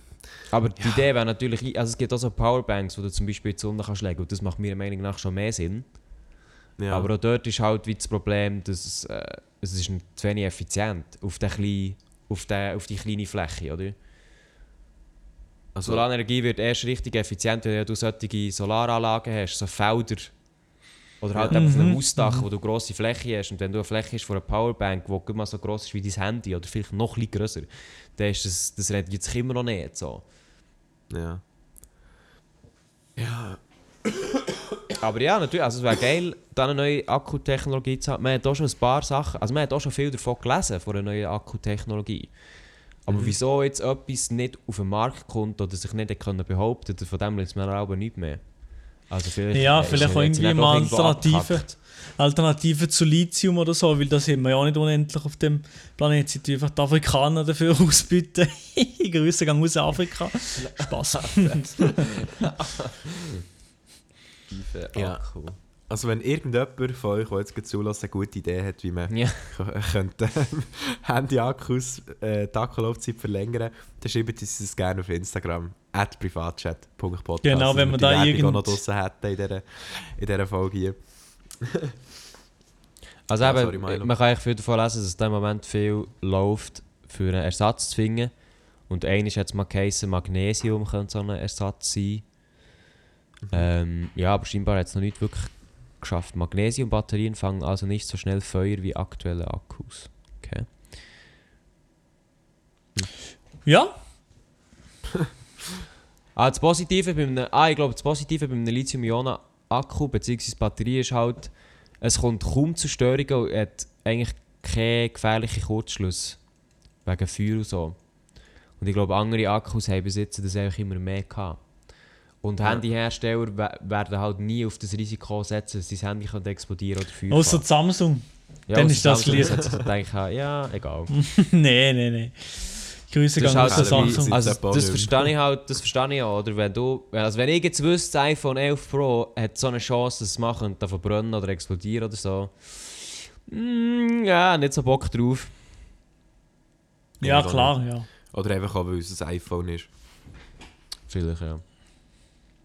[SPEAKER 5] Aber die Idee wäre natürlich, i- also es gibt auch so Powerbanks, wo du zum Beispiel in die Sonne kannst legen und das macht meiner Meinung nach schon mehr Sinn.
[SPEAKER 3] ja.
[SPEAKER 5] Aber auch dort ist halt wie das Problem, dass es, äh, es ist ein- zu wenig effizient auf, den kleinen, auf, den, auf die kleine Fläche, oder?
[SPEAKER 3] also,
[SPEAKER 5] Solarenergie wird erst richtig effizient, wenn du solche Solaranlagen hast, so Felder. Oder halt
[SPEAKER 4] Ja.
[SPEAKER 5] eben auf einem
[SPEAKER 4] Mhm,
[SPEAKER 5] Hausdach, wo du grosse Fläche hast. Und wenn du eine Fläche hast von einer Powerbank, die gerade mal so gross ist wie dein Handy oder vielleicht noch etwas grösser, dann ist das, das redet sich immer noch nicht so.
[SPEAKER 3] ja. Ja,
[SPEAKER 5] Aber ja, natürlich, also es wäre geil, da eine neue Akkutechnologie zu haben. Man hat auch schon ein paar Sachen, also man hat auch schon viel davon gelesen, von einer neuen Akkutechnologie. Aber
[SPEAKER 4] Mhm.
[SPEAKER 5] wieso jetzt etwas nicht auf den Markt kommt oder sich nicht hat können behaupten konnte, von dem liest man auch nicht mehr. Also vielleicht,
[SPEAKER 4] Ja,
[SPEAKER 5] äh, ist
[SPEAKER 4] vielleicht
[SPEAKER 5] man
[SPEAKER 4] auch
[SPEAKER 5] jetzt
[SPEAKER 4] irgendwie
[SPEAKER 5] doch
[SPEAKER 4] mal
[SPEAKER 5] irgendwo
[SPEAKER 4] Alternativen.
[SPEAKER 5] abgehackt.
[SPEAKER 4] Alternativen zu Lithium oder so, weil das haben wir ja auch nicht unendlich auf dem Planeten. Sie tun einfach die Afrikaner dafür ausbieten. Grüße gehen raus Afrika. Spaß.
[SPEAKER 3] Ja.
[SPEAKER 5] Akku.
[SPEAKER 3] also wenn irgendjemand von euch, der jetzt gerade zulässt, eine gute Idee hat, wie man
[SPEAKER 5] Ja.
[SPEAKER 3] k- könnte Handy-Akkus äh, die Akkulaufzeit verlängern, dann schreibt uns das gerne auf Instagram at privatchat.podcast.
[SPEAKER 4] Genau, wenn wir
[SPEAKER 3] irgend...
[SPEAKER 4] da
[SPEAKER 3] auch
[SPEAKER 4] irgend-
[SPEAKER 3] noch draussen hätten in dieser, in dieser Folge hier.
[SPEAKER 5] Also
[SPEAKER 3] Ja,
[SPEAKER 5] eben,
[SPEAKER 3] sorry, Milo.
[SPEAKER 5] man kann eigentlich viel davon lesen, dass in dem Moment viel läuft, für einen Ersatz zu finden. Und einer hat mal geheißen, Magnesium könnte so ein Ersatz sein.
[SPEAKER 3] Mhm.
[SPEAKER 5] Ähm, ja, aber scheinbar hat es noch nicht wirklich geschafft. Magnesiumbatterien fangen also nicht so schnell Feuer wie aktuelle Akkus. Okay.
[SPEAKER 4] ja,
[SPEAKER 5] Ah, das Positive bei einem, ah, ich glaube, das Positive bei einem Lithium-Ionen-Akku bzw. Batterie ist halt, es kommt kaum zu Störungen und hat eigentlich keine gefährlichen Kurzschlüsse. Wegen Feuer und so. Und ich glaube, andere Akkus haben bis jetzt das eigentlich immer mehr gehabt. Und Handyhersteller we- werden halt nie auf das Risiko setzen, dass dein Handy könnte explodieren oder Feuer
[SPEAKER 4] außer
[SPEAKER 5] fangen.
[SPEAKER 4] Samsung.
[SPEAKER 5] ja,
[SPEAKER 4] dann
[SPEAKER 5] ausser
[SPEAKER 4] ist das
[SPEAKER 5] Samsung
[SPEAKER 4] lieb.
[SPEAKER 5] hat sich so gedacht, ja, egal.
[SPEAKER 4] nee, nee, nee. Grüße
[SPEAKER 5] Das
[SPEAKER 4] gehen
[SPEAKER 5] ist halt
[SPEAKER 4] raus
[SPEAKER 5] so
[SPEAKER 3] wie-
[SPEAKER 4] Samsung.
[SPEAKER 5] Also
[SPEAKER 3] Jetzt etwa
[SPEAKER 5] das
[SPEAKER 3] nicht.
[SPEAKER 5] verstehe ich halt, das verstehe ich auch, oder? Wenn du, also wenn ich jetzt wüsste, das iPhone 11 Pro hat so eine Chance, dass es machen und davon brennen oder explodieren oder so. Mm, ja, nicht so Bock drauf.
[SPEAKER 4] Ja,
[SPEAKER 3] Ich auch
[SPEAKER 4] klar, ja.
[SPEAKER 3] nicht. Oder einfach auch, weil es ein iPhone ist.
[SPEAKER 5] Vielleicht, ja.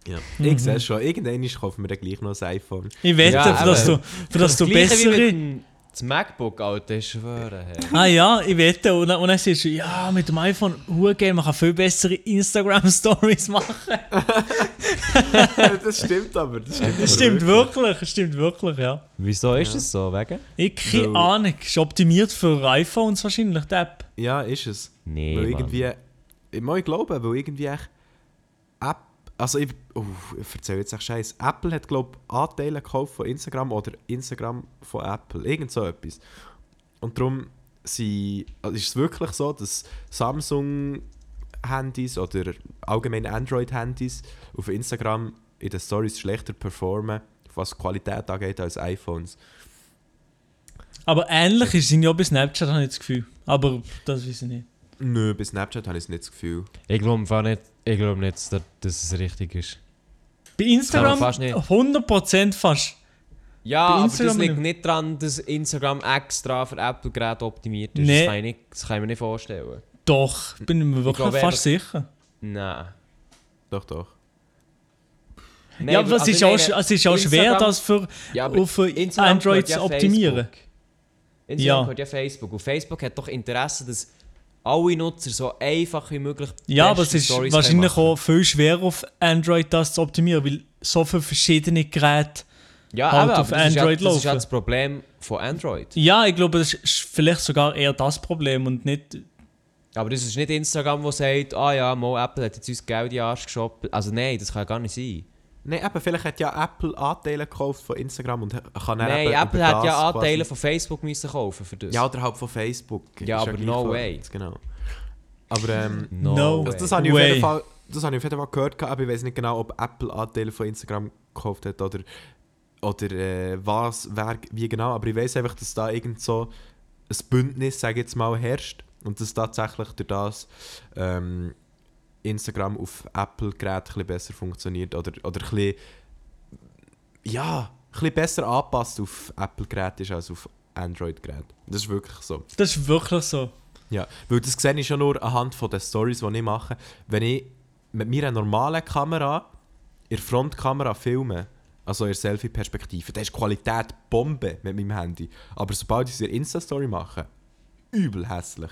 [SPEAKER 3] Ja. Ich sehe schon, irgendwann kaufen wir dann gleich noch ein iPhone.
[SPEAKER 4] Ich wette,
[SPEAKER 5] Ja,
[SPEAKER 4] für dass
[SPEAKER 5] aber-
[SPEAKER 4] du, für dass du
[SPEAKER 5] Gleiche wie
[SPEAKER 4] bessere.
[SPEAKER 5] mit dem- Das MacBook, Alter, ich schwöre. Hey.
[SPEAKER 4] Ah ja, ich wette. Und, dann- und dann siehst du, ja, mit dem iPhone, hure geil, man kann viel bessere Instagram-Stories machen.
[SPEAKER 3] das stimmt aber. Das stimmt, aber
[SPEAKER 4] Das stimmt wirklich, das stimmt wirklich, ja.
[SPEAKER 5] Wieso ist das so? Wegen?
[SPEAKER 4] Ich keine
[SPEAKER 3] Weil-
[SPEAKER 4] Ahnung. Ist optimiert für iPhones wahrscheinlich, die App.
[SPEAKER 3] Ja, ist es.
[SPEAKER 5] Nee,
[SPEAKER 3] weil
[SPEAKER 5] Mann.
[SPEAKER 3] irgendwie, ich muss glauben, weil irgendwie echt App, also ich, uff, ich erzähle jetzt echt Scheiß. Apple hat glaube ich Anteile gekauft von Instagram oder Instagram von Apple, irgend so etwas. Und darum sind, also ist es wirklich so, dass Samsung Handys oder allgemein Android Handys auf Instagram in den Stories schlechter performen, was Qualität angeht als iPhones.
[SPEAKER 4] Aber ähnlich ist es ja bei Snapchat, habe ich das Gefühl. Aber das weiß ich nicht.
[SPEAKER 3] Nö, bei Snapchat habe ich es nicht das Gefühl.
[SPEAKER 5] Ich glaube nicht, ich glaube nicht, dass dass es richtig ist.
[SPEAKER 4] Bei
[SPEAKER 5] Kann
[SPEAKER 4] Instagram
[SPEAKER 5] man fast nicht.
[SPEAKER 4] 100% fast.
[SPEAKER 5] Ja,
[SPEAKER 4] Bei
[SPEAKER 5] aber das
[SPEAKER 4] Instagram
[SPEAKER 5] liegt
[SPEAKER 4] nicht.
[SPEAKER 5] nicht daran, dass Instagram extra dus für Apple-Geräte optimiert ist.
[SPEAKER 4] Nee.
[SPEAKER 5] Das, kann ich nicht, das kann ich mir nicht vorstellen.
[SPEAKER 4] Doch, bin mir wirklich
[SPEAKER 5] glaube,
[SPEAKER 4] fast sicher.
[SPEAKER 5] Nein.
[SPEAKER 3] Doch, doch.
[SPEAKER 5] Nein,
[SPEAKER 4] ja, aber es
[SPEAKER 5] also
[SPEAKER 4] ist, auch,
[SPEAKER 5] nein,
[SPEAKER 4] sch- es ist auch schwer,
[SPEAKER 5] Instagram-
[SPEAKER 4] das für,
[SPEAKER 5] Ja, aber
[SPEAKER 4] auf äh,
[SPEAKER 5] Instagram
[SPEAKER 4] Android
[SPEAKER 5] gehört ja
[SPEAKER 4] zu optimieren.
[SPEAKER 5] Facebook. Instagram
[SPEAKER 4] Ja.
[SPEAKER 5] gehört ja Facebook. Und Facebook hat doch Interesse, dus dass alle Nutzer so einfach wie möglich
[SPEAKER 4] Ja, aber es
[SPEAKER 5] beste
[SPEAKER 4] ist
[SPEAKER 5] Stories
[SPEAKER 4] wahrscheinlich
[SPEAKER 5] können machen.
[SPEAKER 4] auch viel schwerer auf Android das zu optimieren, weil so viele verschiedene Geräte.
[SPEAKER 5] ja, dus
[SPEAKER 4] halt
[SPEAKER 5] eben,
[SPEAKER 4] auf
[SPEAKER 5] aber das ist ja-
[SPEAKER 4] Android
[SPEAKER 5] Das ist ja
[SPEAKER 4] laufen.
[SPEAKER 5] das Problem von Android.
[SPEAKER 4] Ja, ich glaube, das ist vielleicht sogar eher das Problem und nicht.
[SPEAKER 5] Aber das ist nicht Instagram, das sagt, ah ja, mal Apple hat jetzt uns Geld in den Arsch geshoppt. Also nein, das kann ja gar nicht sein.
[SPEAKER 3] Nein, eben, vielleicht hat ja Apple Anteile gekauft von Instagram eh, und kann dann
[SPEAKER 5] Nein,
[SPEAKER 3] eben über
[SPEAKER 5] Apple hat
[SPEAKER 3] das
[SPEAKER 5] ja Anteile
[SPEAKER 3] quasi-
[SPEAKER 5] von Facebook müssen kaufen für das.
[SPEAKER 3] Ja, oder halt von Facebook. Ist
[SPEAKER 5] aber
[SPEAKER 3] gleich
[SPEAKER 5] no
[SPEAKER 3] voll-
[SPEAKER 5] way.
[SPEAKER 3] Genau. Aber ähm,
[SPEAKER 5] no.
[SPEAKER 4] No.
[SPEAKER 5] way.
[SPEAKER 3] also das, habe ich auf
[SPEAKER 4] Way.
[SPEAKER 3] jeden Fall, das habe ich auf jeden Fall gehört, gehabt, aber ich weiß nicht genau, ob Apple Anteile von Instagram gekauft hat oder, oder äh, was, wer, wie genau. Aber ich weiß einfach, dass da irgend so ein Bündnis, sage ich jetzt mal, herrscht und dass tatsächlich durch das ähm, Instagram auf Apple-Geräten ein bisschen besser funktioniert oder, oder ein bisschen, ja, ein bisschen besser angepasst auf Apple-Geräte ist als auf Android-Geräte. Das ist wirklich so.
[SPEAKER 4] Das ist wirklich so.
[SPEAKER 3] Ja, weil das sehe ich schon nur anhand von den Stories, die ich mache. Wenn ich mit meiner normalen Kamera in der Frontkamera filme, also in der Selfie-Perspektive, dann ist die Qualität Bombe mit meinem Handy. Aber sobald ich es in der Insta-Story mache, übel hässlich.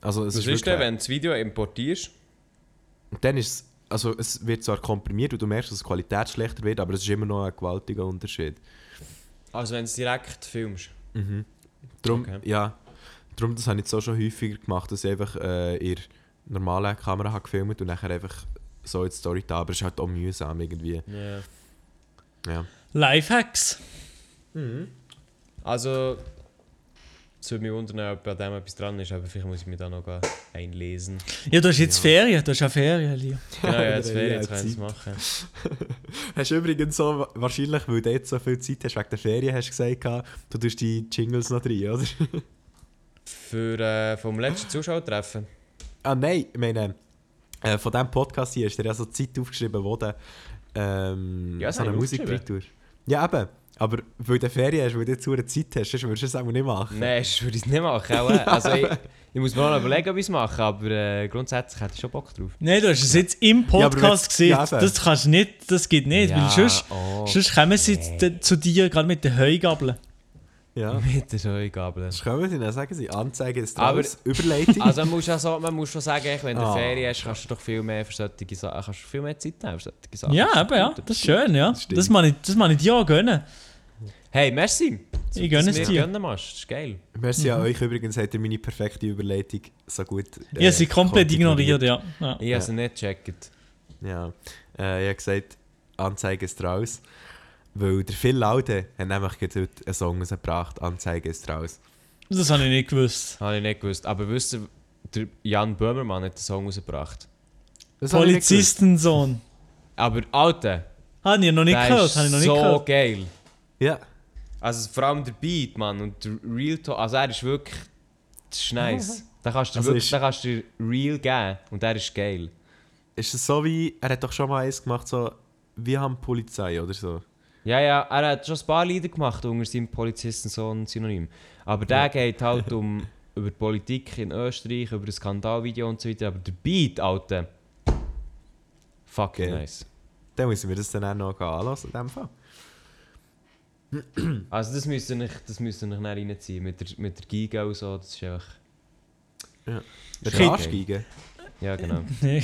[SPEAKER 3] Also, es
[SPEAKER 7] Was
[SPEAKER 3] ist
[SPEAKER 7] ist
[SPEAKER 3] wirklich-
[SPEAKER 7] denn, wenn du das Video importierst?
[SPEAKER 3] Und dann ist es, also es wird zwar komprimiert und du merkst, dass die Qualität schlechter wird, aber es ist immer noch ein gewaltiger Unterschied.
[SPEAKER 5] Also wenn du es direkt filmst.
[SPEAKER 3] Drum,
[SPEAKER 5] Okay.
[SPEAKER 3] ja, drum, das habe ich jetzt auch schon häufiger gemacht, dass ich einfach äh, in der normalen Kamera habe gefilmt und nachher einfach so in die Story da, aber es ist halt auch mühsam irgendwie.
[SPEAKER 5] Ja.
[SPEAKER 3] Ja.
[SPEAKER 4] Lifehacks.
[SPEAKER 5] Also... Es würde mich wundern, ob bei dem etwas dran ist, aber vielleicht muss ich mich da noch einlesen.
[SPEAKER 4] Ja, du hast jetzt Ferien, du hast ja Ferien, Leo.
[SPEAKER 5] Ja, ja,
[SPEAKER 3] Ja,
[SPEAKER 5] jetzt wäre jetzt
[SPEAKER 3] Zeit.
[SPEAKER 5] kann ich es machen.
[SPEAKER 3] Hast du übrigens so, wa- wahrscheinlich, weil du jetzt so viel Zeit hast, wegen der Ferien, hast du gesagt, gehabt, du tust die Jingles noch rein, oder?
[SPEAKER 5] Für äh, vom letzten Zuschauertreffen.
[SPEAKER 3] ah nein, ich meine, äh, von diesem Podcast hier ist dir ja so die Zeit aufgeschrieben, wo du ähm,
[SPEAKER 5] Ja, das
[SPEAKER 3] so
[SPEAKER 5] habe
[SPEAKER 3] eine
[SPEAKER 5] ich
[SPEAKER 3] Musik rein
[SPEAKER 5] aufgeschrieben.
[SPEAKER 3] tust. Ja, eben. Aber weil du Ferien hast, weil du jetzt verdammt Zeit hast, sonst würdest du es auch nicht machen.
[SPEAKER 5] Nein, das würde ich nicht machen. Auch, äh. Also ich, ich muss mir noch überlegen, ob ich es mache, aber äh, grundsätzlich hätte ich schon Bock drauf.
[SPEAKER 4] Nein, du hast es jetzt im Podcast
[SPEAKER 3] wenn's- ja,
[SPEAKER 4] gesehen.
[SPEAKER 3] eben.
[SPEAKER 4] das kannst du nicht, das geht nicht,
[SPEAKER 5] Ja,
[SPEAKER 4] weil sonst,
[SPEAKER 5] oh.
[SPEAKER 4] sonst kommen sie zu- zu dir, gerade mit den Heugabeln.
[SPEAKER 3] Ja.
[SPEAKER 5] Mit der Scheugabel.
[SPEAKER 3] Das können sie dann sagen, sie anzeigen ist
[SPEAKER 5] Aber-
[SPEAKER 3] draus, Überleitung.
[SPEAKER 5] Also man muss, ja so, man muss schon sagen, echt, wenn du
[SPEAKER 3] Ah.
[SPEAKER 5] Ferien hast, kannst du doch viel mehr für solche Sachen, kannst du viel mehr Zeit nehmen für solche Sachen.
[SPEAKER 4] Ja, eben, ja. Das ist schön, ja.
[SPEAKER 3] stimmt.
[SPEAKER 4] Das mag ich, das mag ich dir auch gönnen.
[SPEAKER 5] Hey, merci.
[SPEAKER 4] Ich gönne
[SPEAKER 5] dass
[SPEAKER 4] es
[SPEAKER 5] du mir
[SPEAKER 4] dir.
[SPEAKER 5] Gönnen machst. Das ist geil.
[SPEAKER 3] Merci an euch übrigens, habt ihr meine perfekte Überleitung so gut.
[SPEAKER 4] Mhm.
[SPEAKER 3] äh,
[SPEAKER 4] Ich habe sie komplett ignoriert, ja. ja.
[SPEAKER 5] Ich habe es nicht gecheckt.
[SPEAKER 3] Ja. Äh, ich habe gesagt, Anzeige ist raus. Weil der Phil Laude hat nämlich gerade heute einen Song rausgebracht, Anzeige ist raus.
[SPEAKER 4] Das habe ich nicht gewusst.
[SPEAKER 5] Habe ich nicht gewusst. Aber wisst ihr, der Jan Böhmermann hat den Song rausgebracht.
[SPEAKER 3] Das habe ich nicht gewusst.
[SPEAKER 4] Polizistensohn.
[SPEAKER 5] Aber Alter,
[SPEAKER 4] Habe ich noch nicht
[SPEAKER 5] der
[SPEAKER 4] gehört,
[SPEAKER 5] ist
[SPEAKER 4] habe ich noch nicht
[SPEAKER 5] so
[SPEAKER 4] gehört.
[SPEAKER 5] geil.
[SPEAKER 3] Ja.
[SPEAKER 5] Also vor allem der Beat, Mann, und der Real Talk, also er ist wirklich, das ist nice. Da kannst du
[SPEAKER 3] Also
[SPEAKER 5] wirklich,
[SPEAKER 3] ist-
[SPEAKER 5] da kannst du dir Real geben und er ist geil.
[SPEAKER 3] Ist es so wie, er hat doch schon mal eins gemacht, so, wir haben Polizei oder so.
[SPEAKER 5] Ja, ja, er hat schon ein paar Lieder gemacht unter seinem Polizistensohn-Synonym. Aber der geht halt um, über die Politik in Österreich, über das Skandalvideo und so weiter, aber der Beat, Alter, fucking
[SPEAKER 3] Geil.
[SPEAKER 5] nice.
[SPEAKER 3] Dann müssen wir das dann auch noch anlassen, in dem Fall.
[SPEAKER 5] Also das müsst ihr nicht, das müsst ihr nicht reinziehen, mit der, mit der Giga und so, das ist einfach,
[SPEAKER 3] Der
[SPEAKER 5] Kind-
[SPEAKER 3] Arschgeige.
[SPEAKER 5] ja genau.
[SPEAKER 4] Nee.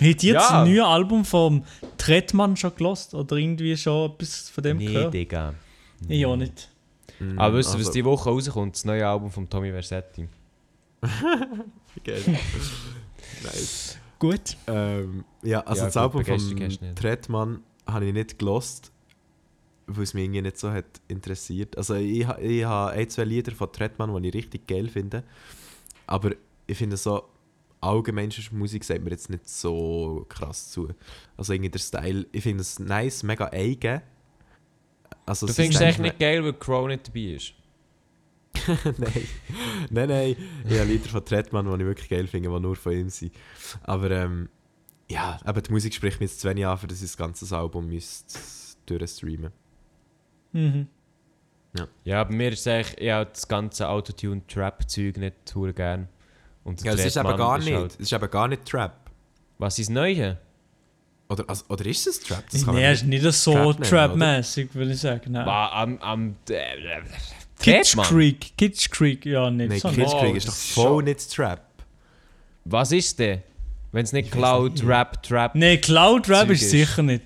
[SPEAKER 4] Habt ihr das
[SPEAKER 5] Ja.
[SPEAKER 4] neue Album vom Tretmann schon gelost oder irgendwie schon etwas von dem
[SPEAKER 5] Nee,
[SPEAKER 4] gehört?
[SPEAKER 5] Digga.
[SPEAKER 4] Ich auch nicht.
[SPEAKER 5] Aber wisst ihr, was
[SPEAKER 3] also-
[SPEAKER 5] diese Woche rauskommt? Das neue Album von Tommy Versetti.
[SPEAKER 3] Geil. nice.
[SPEAKER 4] Gut.
[SPEAKER 3] Ähm, ja, also
[SPEAKER 5] Ja,
[SPEAKER 3] das
[SPEAKER 5] gut,
[SPEAKER 3] Album
[SPEAKER 5] begeistert hast du
[SPEAKER 3] von
[SPEAKER 5] nicht.
[SPEAKER 3] Tretmann habe ich nicht gelost, weil es mich irgendwie nicht so hat interessiert. Also ich, ha- ich habe ein, zwei Lieder von Tretmann, die ich richtig geil finde, aber ich finde so, allgemein sonst Musik sagt mir jetzt nicht so krass zu. Also irgendwie der Style, ich finde es nice, mega eigen. Also
[SPEAKER 5] Du
[SPEAKER 3] sein
[SPEAKER 5] findest es
[SPEAKER 3] Style
[SPEAKER 5] echt
[SPEAKER 3] ist
[SPEAKER 5] nicht geil, weil Crow nicht dabei ist.
[SPEAKER 3] nein. nein, nein. Ich habe Lieder von Tretmann, die ich wirklich geil finde, die nur von ihm sind. Aber ähm, ja, aber die Musik spricht mir jetzt zu wenig an, für dass ich das ganze Album müsste durchstreamen.
[SPEAKER 4] Mhm.
[SPEAKER 5] Ja, bei mir ist es eigentlich, ich habe das ganze Autotune-Trap-Zeug nicht sehr gerne. Und
[SPEAKER 3] Ja, das ist eben
[SPEAKER 5] Tretmann
[SPEAKER 3] gar
[SPEAKER 5] ist
[SPEAKER 3] nicht.
[SPEAKER 5] halt-
[SPEAKER 3] Das ist eben gar nicht Trap.
[SPEAKER 5] was ist das Neue?
[SPEAKER 3] Oder, also, oder ist es Trap? Das kann man
[SPEAKER 4] Nein, ist nicht so
[SPEAKER 3] Trap nennen, oder?
[SPEAKER 4] trapmäßig, würde ich sagen. Nein.
[SPEAKER 5] Ah, Am, am, äh, äh,
[SPEAKER 4] Kitsch
[SPEAKER 5] Tretmann?
[SPEAKER 4] Creek, Kitsch Creek, ja, nicht
[SPEAKER 3] Nein,
[SPEAKER 4] so.
[SPEAKER 3] Kids
[SPEAKER 5] Oh,
[SPEAKER 3] Creek ist doch
[SPEAKER 5] das ist
[SPEAKER 3] voll
[SPEAKER 5] schon-
[SPEAKER 3] nicht Trap.
[SPEAKER 5] Was ist denn? Wenn es nicht Cloud, Rap, Trap.
[SPEAKER 4] Nein, Cloud Rap
[SPEAKER 5] Zeug
[SPEAKER 4] ist
[SPEAKER 5] ist.
[SPEAKER 4] sicher nicht.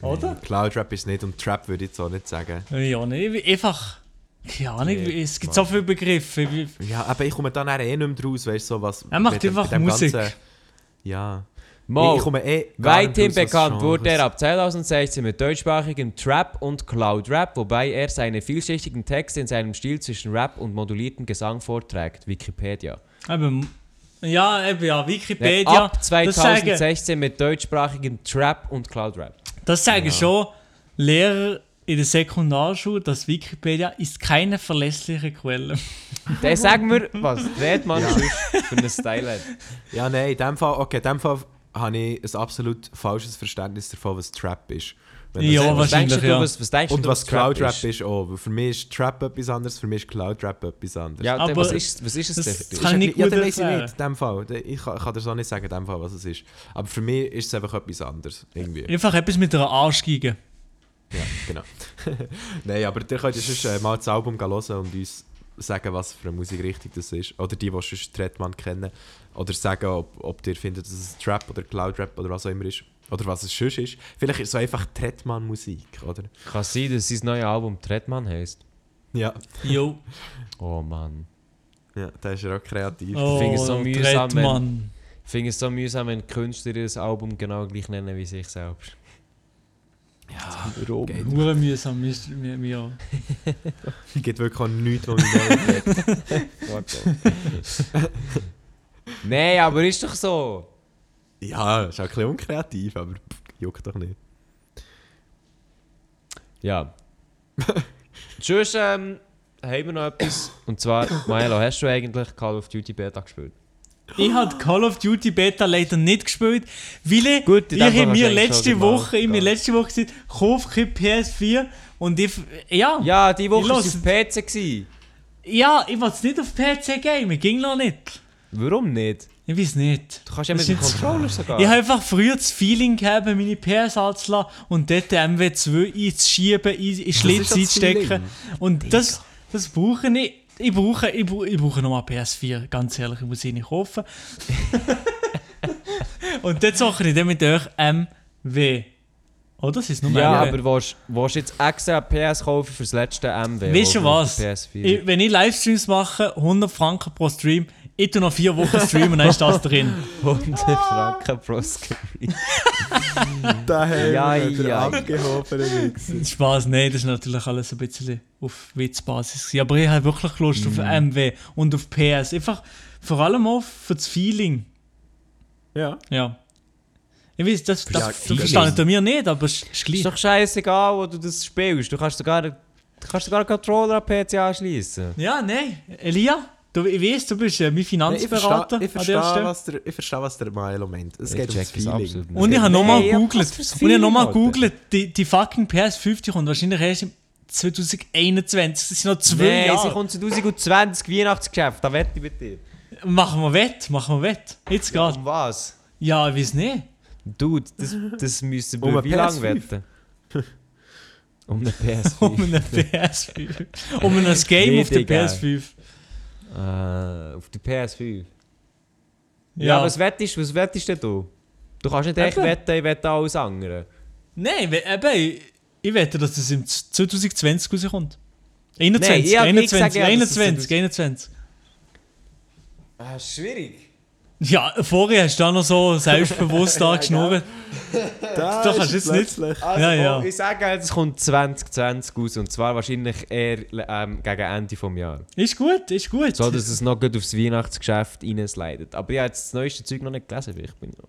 [SPEAKER 4] Oder?
[SPEAKER 3] Cloud Rap ist nicht und Trap würde ich jetzt auch nicht sagen.
[SPEAKER 4] Ja, nicht. Einfach. Keine Ahnung,
[SPEAKER 5] Nee,
[SPEAKER 4] es gibt so viele Begriffe. Ich-
[SPEAKER 3] Ja, aber ich komme dann nachher eh nicht mehr draus, weißt du, so was...
[SPEAKER 4] Er macht
[SPEAKER 3] mit dem-
[SPEAKER 4] einfach
[SPEAKER 3] mit dem
[SPEAKER 4] Musik.
[SPEAKER 3] Ganzen, ja.
[SPEAKER 5] Mo,
[SPEAKER 3] ich komme eh gar nicht
[SPEAKER 5] Weithin
[SPEAKER 3] draus, was
[SPEAKER 5] bekannt wurde
[SPEAKER 3] Genres-
[SPEAKER 5] er ab 2016 mit deutschsprachigem Trap und Cloud Rap, wobei er seine vielschichtigen Texte in seinem Stil zwischen Rap und modulierten Gesang vorträgt. Wikipedia.
[SPEAKER 4] Eben, ja, eben, ja,
[SPEAKER 5] Ne,
[SPEAKER 4] Wikipedia.
[SPEAKER 5] ab
[SPEAKER 4] das sagen,
[SPEAKER 5] 2016 mit deutschsprachigem Trap und Cloud Rap.
[SPEAKER 4] das sagen schon Lehrer in der Sekundarschule, dass Wikipedia ist keine verlässliche Quelle.
[SPEAKER 5] Dann sagen wir, was dreht man sonst für einen Style
[SPEAKER 4] Oh,
[SPEAKER 5] hat.
[SPEAKER 3] Ja, nein, in dem Fall, okay, in dem Fall habe ich ein absolut falsches Verständnis davon, was Trap ist. Wenn das-
[SPEAKER 4] Ja,
[SPEAKER 5] was
[SPEAKER 4] wahrscheinlich,
[SPEAKER 5] denkst du,
[SPEAKER 4] ja.
[SPEAKER 5] was, was denkst
[SPEAKER 3] Und
[SPEAKER 5] du,
[SPEAKER 3] was Cloud Rap
[SPEAKER 5] ist?
[SPEAKER 3] ist, auch. weil Für mich ist Trap etwas anderes, für mich ist Cloud Rap etwas anderes.
[SPEAKER 5] Ja,
[SPEAKER 4] Aber
[SPEAKER 5] dann, was, ist, was ist es
[SPEAKER 4] das-
[SPEAKER 5] denn für dich?
[SPEAKER 4] das kann ich nicht
[SPEAKER 3] ja,
[SPEAKER 4] gut
[SPEAKER 3] dann weiss ich
[SPEAKER 4] erklären.
[SPEAKER 3] nicht, in dem Fall. Ich kann, ich kann dir so nicht sagen, in dem Fall, was es ist. Aber für mich ist es einfach etwas anderes. Irgendwie.
[SPEAKER 4] Einfach etwas mit einer Arschgeige.
[SPEAKER 3] Ja, genau. Nein, aber ihr könnt ja sonst äh, mal das Album gehen hören und uns sagen, was für eine Musikrichtung das ist. Oder die, die sonst Tretmann kennen. Oder sagen, ob, ob ihr findet, dass es Trap oder Cloud Rap oder was auch immer ist. Oder was es sonst ist. Vielleicht ist es auch einfach Tretmann-Musik, oder?
[SPEAKER 5] Kann sein, dass sein neues Album Tretmann heisst.
[SPEAKER 3] Ja.
[SPEAKER 4] Jo.
[SPEAKER 5] Oh Mann.
[SPEAKER 3] Ja, da ist er auch kreativ.
[SPEAKER 4] Oh,
[SPEAKER 5] finde es so mühsam, wenn-
[SPEAKER 4] Mann.
[SPEAKER 5] Ich finde es so mühsam, wenn Künstler ihr Album genau gleich nennen wie sich selbst.
[SPEAKER 3] Warum? Geht,
[SPEAKER 4] Hure mühsam, müsst- mir, mir.
[SPEAKER 3] geht wirklich auch nichts, was ich neu
[SPEAKER 5] Nein, aber ist doch so.
[SPEAKER 3] Ja, ist auch ein bisschen unkreativ, aber pff, juckt doch nicht.
[SPEAKER 5] Ja. Sonst ähm, haben wir noch etwas. Und zwar, Milo, hast du eigentlich Call of Duty Beta gespielt?
[SPEAKER 4] Ich habe Call of Duty Beta leider nicht gespielt, weil
[SPEAKER 5] Gut, in
[SPEAKER 4] ich
[SPEAKER 5] dem Fall
[SPEAKER 4] in mir
[SPEAKER 5] hast du eigentlich schon genau.
[SPEAKER 4] letzte
[SPEAKER 5] den Mal
[SPEAKER 4] Woche, in mir
[SPEAKER 5] gegangen.
[SPEAKER 4] letzte Woche gesagt, kauf kein PS4 und ich, ja, ja,
[SPEAKER 5] Ja, die Woche war
[SPEAKER 4] los.
[SPEAKER 5] es auf PC. Gewesen.
[SPEAKER 4] ich wollte es nicht auf PC gamen, ging noch nicht.
[SPEAKER 5] Warum nicht?
[SPEAKER 4] Ich weiß nicht.
[SPEAKER 5] Du kannst ja
[SPEAKER 4] Das
[SPEAKER 5] mit dem
[SPEAKER 4] sind-
[SPEAKER 5] Controller sogar.
[SPEAKER 4] Ich habe einfach früher das Feeling gehabt, meine PS anzulassen und dort den MW2 einzuschieben, in in Schlitz
[SPEAKER 3] ist das
[SPEAKER 4] einzustecken.
[SPEAKER 3] Feeling.
[SPEAKER 4] Und das, das brauche ich nicht. Ich brauche, ich brauche, ich brauche nochmal PS4, ganz ehrlich, ich muss ihn nicht kaufen. und dort suche ich dann mit euch MW. Oh, das ist nur
[SPEAKER 5] ja,
[SPEAKER 4] MW.
[SPEAKER 5] aber willst willst du jetzt extra PS kaufen fürs letzte MW?
[SPEAKER 4] Weißt du
[SPEAKER 5] wo auf
[SPEAKER 4] was?
[SPEAKER 5] der PS4.
[SPEAKER 4] Ich, wenn ich Livestreams mache, 100 Franken pro Stream, ich tue noch vier Wochen streamen, dann ist das drin.
[SPEAKER 5] 100 Franken pro Screen.
[SPEAKER 3] Da
[SPEAKER 5] Ja,
[SPEAKER 3] haben
[SPEAKER 5] wieder ja.
[SPEAKER 3] abgehobenen Witz.
[SPEAKER 4] Spaß, nein, das ist natürlich alles ein bisschen auf Witzbasis. gewesen. Aber ich habe wirklich Lust auf MW und auf PS. Einfach vor allem auf für das Feeling.
[SPEAKER 3] Ja.
[SPEAKER 4] Ja. Ich weiß, das, das,
[SPEAKER 3] Ja,
[SPEAKER 4] das
[SPEAKER 3] Feeling.
[SPEAKER 4] verstanden mir nicht, aber es ist gleich.
[SPEAKER 5] Ist doch scheißegal, wo du das spielst. Du kannst sogar, du kannst sogar einen Controller an PC anschließen.
[SPEAKER 4] Ja, nein. Elia, du, ich weiß, du bist äh, mein
[SPEAKER 3] Ich verstehe, ich,
[SPEAKER 4] Finanzberater an der
[SPEAKER 3] verstehe,
[SPEAKER 4] Stelle.
[SPEAKER 3] was der, ich verstehe, was der Milo meint. Es
[SPEAKER 5] Ich
[SPEAKER 3] geht ums
[SPEAKER 5] check es
[SPEAKER 3] Feeling.
[SPEAKER 5] absolut nicht.
[SPEAKER 4] Und ich habe
[SPEAKER 5] Nee,
[SPEAKER 4] nochmal
[SPEAKER 5] ja,
[SPEAKER 4] gegoogelt.
[SPEAKER 5] was fürs
[SPEAKER 4] Und ich habe
[SPEAKER 5] Feeling,
[SPEAKER 4] nochmal
[SPEAKER 5] Alter.
[SPEAKER 4] gegoogelt, die, die fucking PS50 die kommt wahrscheinlich erst im 2021. Das sind noch zwei
[SPEAKER 5] Nein, sie
[SPEAKER 4] Jahre.
[SPEAKER 5] kommt 2020 Weihnachtsgeschäft. Da wette ich mit dir.
[SPEAKER 4] Machen wir wett, machen wir wett. Jetzt geht's.
[SPEAKER 5] Um was?
[SPEAKER 4] Ja, ich weiß nicht.
[SPEAKER 5] Dude, das, das müssen wir
[SPEAKER 3] Um eine
[SPEAKER 5] wie lange
[SPEAKER 3] PS5?
[SPEAKER 5] wetten? Um eine PS5.
[SPEAKER 4] um einen PS5. Um ein Game auf der
[SPEAKER 5] Digga.
[SPEAKER 4] PS5.
[SPEAKER 5] äh, auf die PS5.
[SPEAKER 4] Ja,
[SPEAKER 5] Ja, was wettest was wettest denn du? Du kannst nicht echt
[SPEAKER 4] Eben.
[SPEAKER 5] wetten, ich wette alles andere.
[SPEAKER 4] Nein, we- eben, ich, ich wette, dass das im Z- 2020 rauskommt.
[SPEAKER 5] Nein,
[SPEAKER 4] 21,
[SPEAKER 5] ich hab- ich
[SPEAKER 4] 21,
[SPEAKER 5] sag ja, dass das
[SPEAKER 4] 21, 21.
[SPEAKER 5] Ah, schwierig.
[SPEAKER 4] Ja, vorher hast du da noch so selbstbewusst angeschnurrt.
[SPEAKER 3] Da
[SPEAKER 4] Doch,
[SPEAKER 3] ist
[SPEAKER 4] hast du
[SPEAKER 3] es
[SPEAKER 4] jetzt nicht-
[SPEAKER 3] plötzlich.
[SPEAKER 5] Also,
[SPEAKER 4] Ja, ja.
[SPEAKER 5] oh, ich sage, jetzt, es kommt 2020 raus und zwar wahrscheinlich eher ähm, gegen Ende des Jahres.
[SPEAKER 4] Ist gut, ist gut.
[SPEAKER 5] So, dass es noch gut aufs Weihnachtsgeschäft reinslidet. Aber ich habe jetzt das neueste Zeug noch nicht gelesen, weil ich bin noch...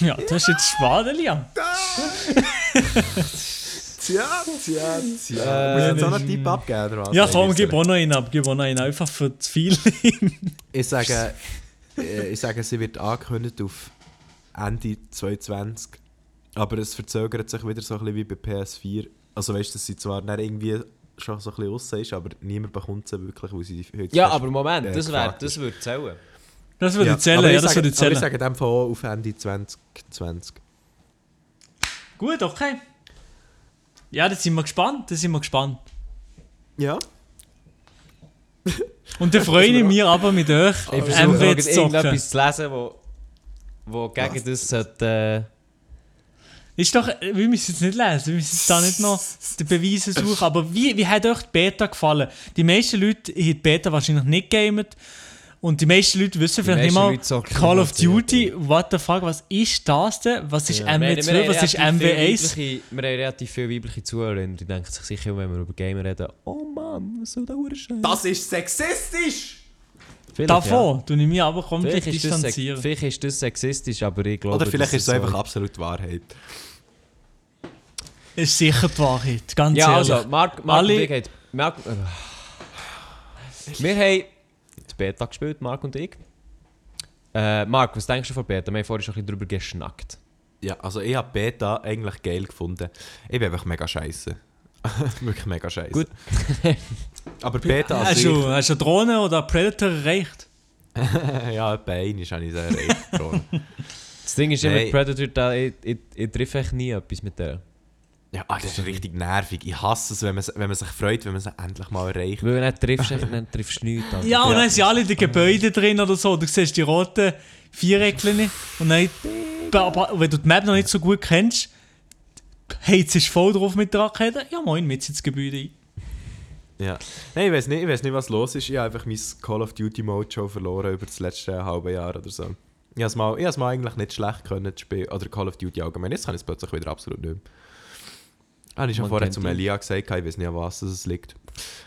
[SPEAKER 4] ja, das ist jetzt schade, Liam.
[SPEAKER 3] Tja, tja, tja. Muss ich jetzt auch noch einen Tipp abgeben, oder was?
[SPEAKER 4] Ja,
[SPEAKER 3] Nein,
[SPEAKER 4] komm,
[SPEAKER 3] sorry.
[SPEAKER 4] gib auch noch einen ab, gib auch noch einen, einfach für das Feeling.
[SPEAKER 3] Ich sage, äh, ich sage, sie wird angekündigt auf Ende 2020. Aber es verzögert sich wieder so ein bisschen wie bei PS4. Also weißt du, dass sie zwar dann irgendwie schon so ein bisschen raus ist, aber niemand bekommt sie wirklich, weil sie heute
[SPEAKER 5] Ja,
[SPEAKER 3] fest-
[SPEAKER 5] aber Moment,
[SPEAKER 3] äh,
[SPEAKER 5] das, wär,
[SPEAKER 3] gefragt
[SPEAKER 5] das würde zählen.
[SPEAKER 4] Das würde ich zählen,
[SPEAKER 3] aber
[SPEAKER 4] ja, das
[SPEAKER 3] sage-
[SPEAKER 4] würde ich
[SPEAKER 3] aber
[SPEAKER 4] zählen.
[SPEAKER 3] ich sage dem von auch auf Ende 2020.
[SPEAKER 4] Gut, okay. Ja, das sind wir gespannt, das sind wir gespannt.
[SPEAKER 3] Ja.
[SPEAKER 4] Und dann freue ich mich aber mit euch,
[SPEAKER 5] Also, Ich versuche
[SPEAKER 4] MW zu zocken.
[SPEAKER 5] irgendetwas zu lesen, wo, wo gegen das sollte... äh,
[SPEAKER 4] Ist doch, wir müssen es nicht lesen, wir müssen es da nicht noch den Beweise suchen. Aber wie, wie hat euch die Beta gefallen? Die meisten Leute haben die Beta wahrscheinlich nicht gamet. Und die meisten Leute wissen vielleicht nicht
[SPEAKER 5] meisten
[SPEAKER 4] mal,
[SPEAKER 5] Leute zocken
[SPEAKER 4] Call of
[SPEAKER 5] nicht, ja.
[SPEAKER 4] Duty, what the fuck, was ist das denn? Was ist MW2, was ist MW1?
[SPEAKER 5] Wir haben relativ viele weibliche Zuhörer und die denken sich sicher, wenn wir über Gamer reden, oh Mann, was soll da Urschein?
[SPEAKER 3] Das ist sexistisch!
[SPEAKER 4] Davon, du ich mich aber
[SPEAKER 5] Vielleicht
[SPEAKER 4] komplett
[SPEAKER 5] ist, das, sex-
[SPEAKER 4] distanzieren.
[SPEAKER 5] vielleicht ist das sexistisch, aber ich glaube...
[SPEAKER 3] Oder vielleicht
[SPEAKER 5] das
[SPEAKER 3] ist es einfach
[SPEAKER 5] so.
[SPEAKER 3] absolut Wahrheit.
[SPEAKER 4] Ist sicher die Wahrheit, ganz
[SPEAKER 5] Ja,
[SPEAKER 4] ehrlich.
[SPEAKER 5] also, Marc, Marc
[SPEAKER 4] Alle-
[SPEAKER 5] und ich haben... Marc, äh, wir haben die Beta gespielt, Marc und ich. Äh, Marc, was denkst du von Beta? Wir haben vorhin schon ein bisschen darüber geschnackt.
[SPEAKER 3] Ja, also ich habe Beta eigentlich geil gefunden. Ich bin einfach mega scheiße. Wirklich mega scheiße.
[SPEAKER 5] Gut.
[SPEAKER 3] Aber Beta an
[SPEAKER 4] hast,
[SPEAKER 3] sich,
[SPEAKER 4] du, hast du Drohne oder Predator erreicht?
[SPEAKER 3] ja, etwa einmal habe ich sehr recht. getroffen.
[SPEAKER 5] Das Ding ist immer,
[SPEAKER 3] Nein.
[SPEAKER 5] die Predator, da, ich, ich, ich treffe echt nie etwas mit der.
[SPEAKER 3] Ja, ah, das ist richtig nervig. Ich hasse es, wenn man, wenn man sich freut, wenn man es endlich mal erreicht.
[SPEAKER 5] Weil wenn du triffst, dann triffst du nichts. Alter.
[SPEAKER 4] Ja, und dann sind alle in den Gebäuden drin oder so. Du siehst die roten Viereckchen und dann, ba- ba- wenn du die Map noch nicht so gut kennst, hey, jetzt ist voll drauf mit der Rakete. Ja moin, mit ins Gebäude ein.
[SPEAKER 3] Ja. Nein, ich weiß nicht, ich weiß nicht, was los ist. Ich habe einfach mein Call of Duty Mojo verloren über das letzte halbe Jahr oder so. Ich habe es mal, ich habe es mal eigentlich nicht schlecht können zu spielen. Oder Call of Duty allgemein. Jetzt kann ich es plötzlich wieder absolut nicht mehr. Habe ich schon
[SPEAKER 5] Man
[SPEAKER 3] vorher
[SPEAKER 5] kennt
[SPEAKER 3] zum
[SPEAKER 5] ihn.
[SPEAKER 3] Elia gesagt, ich weiß nicht, an was es liegt.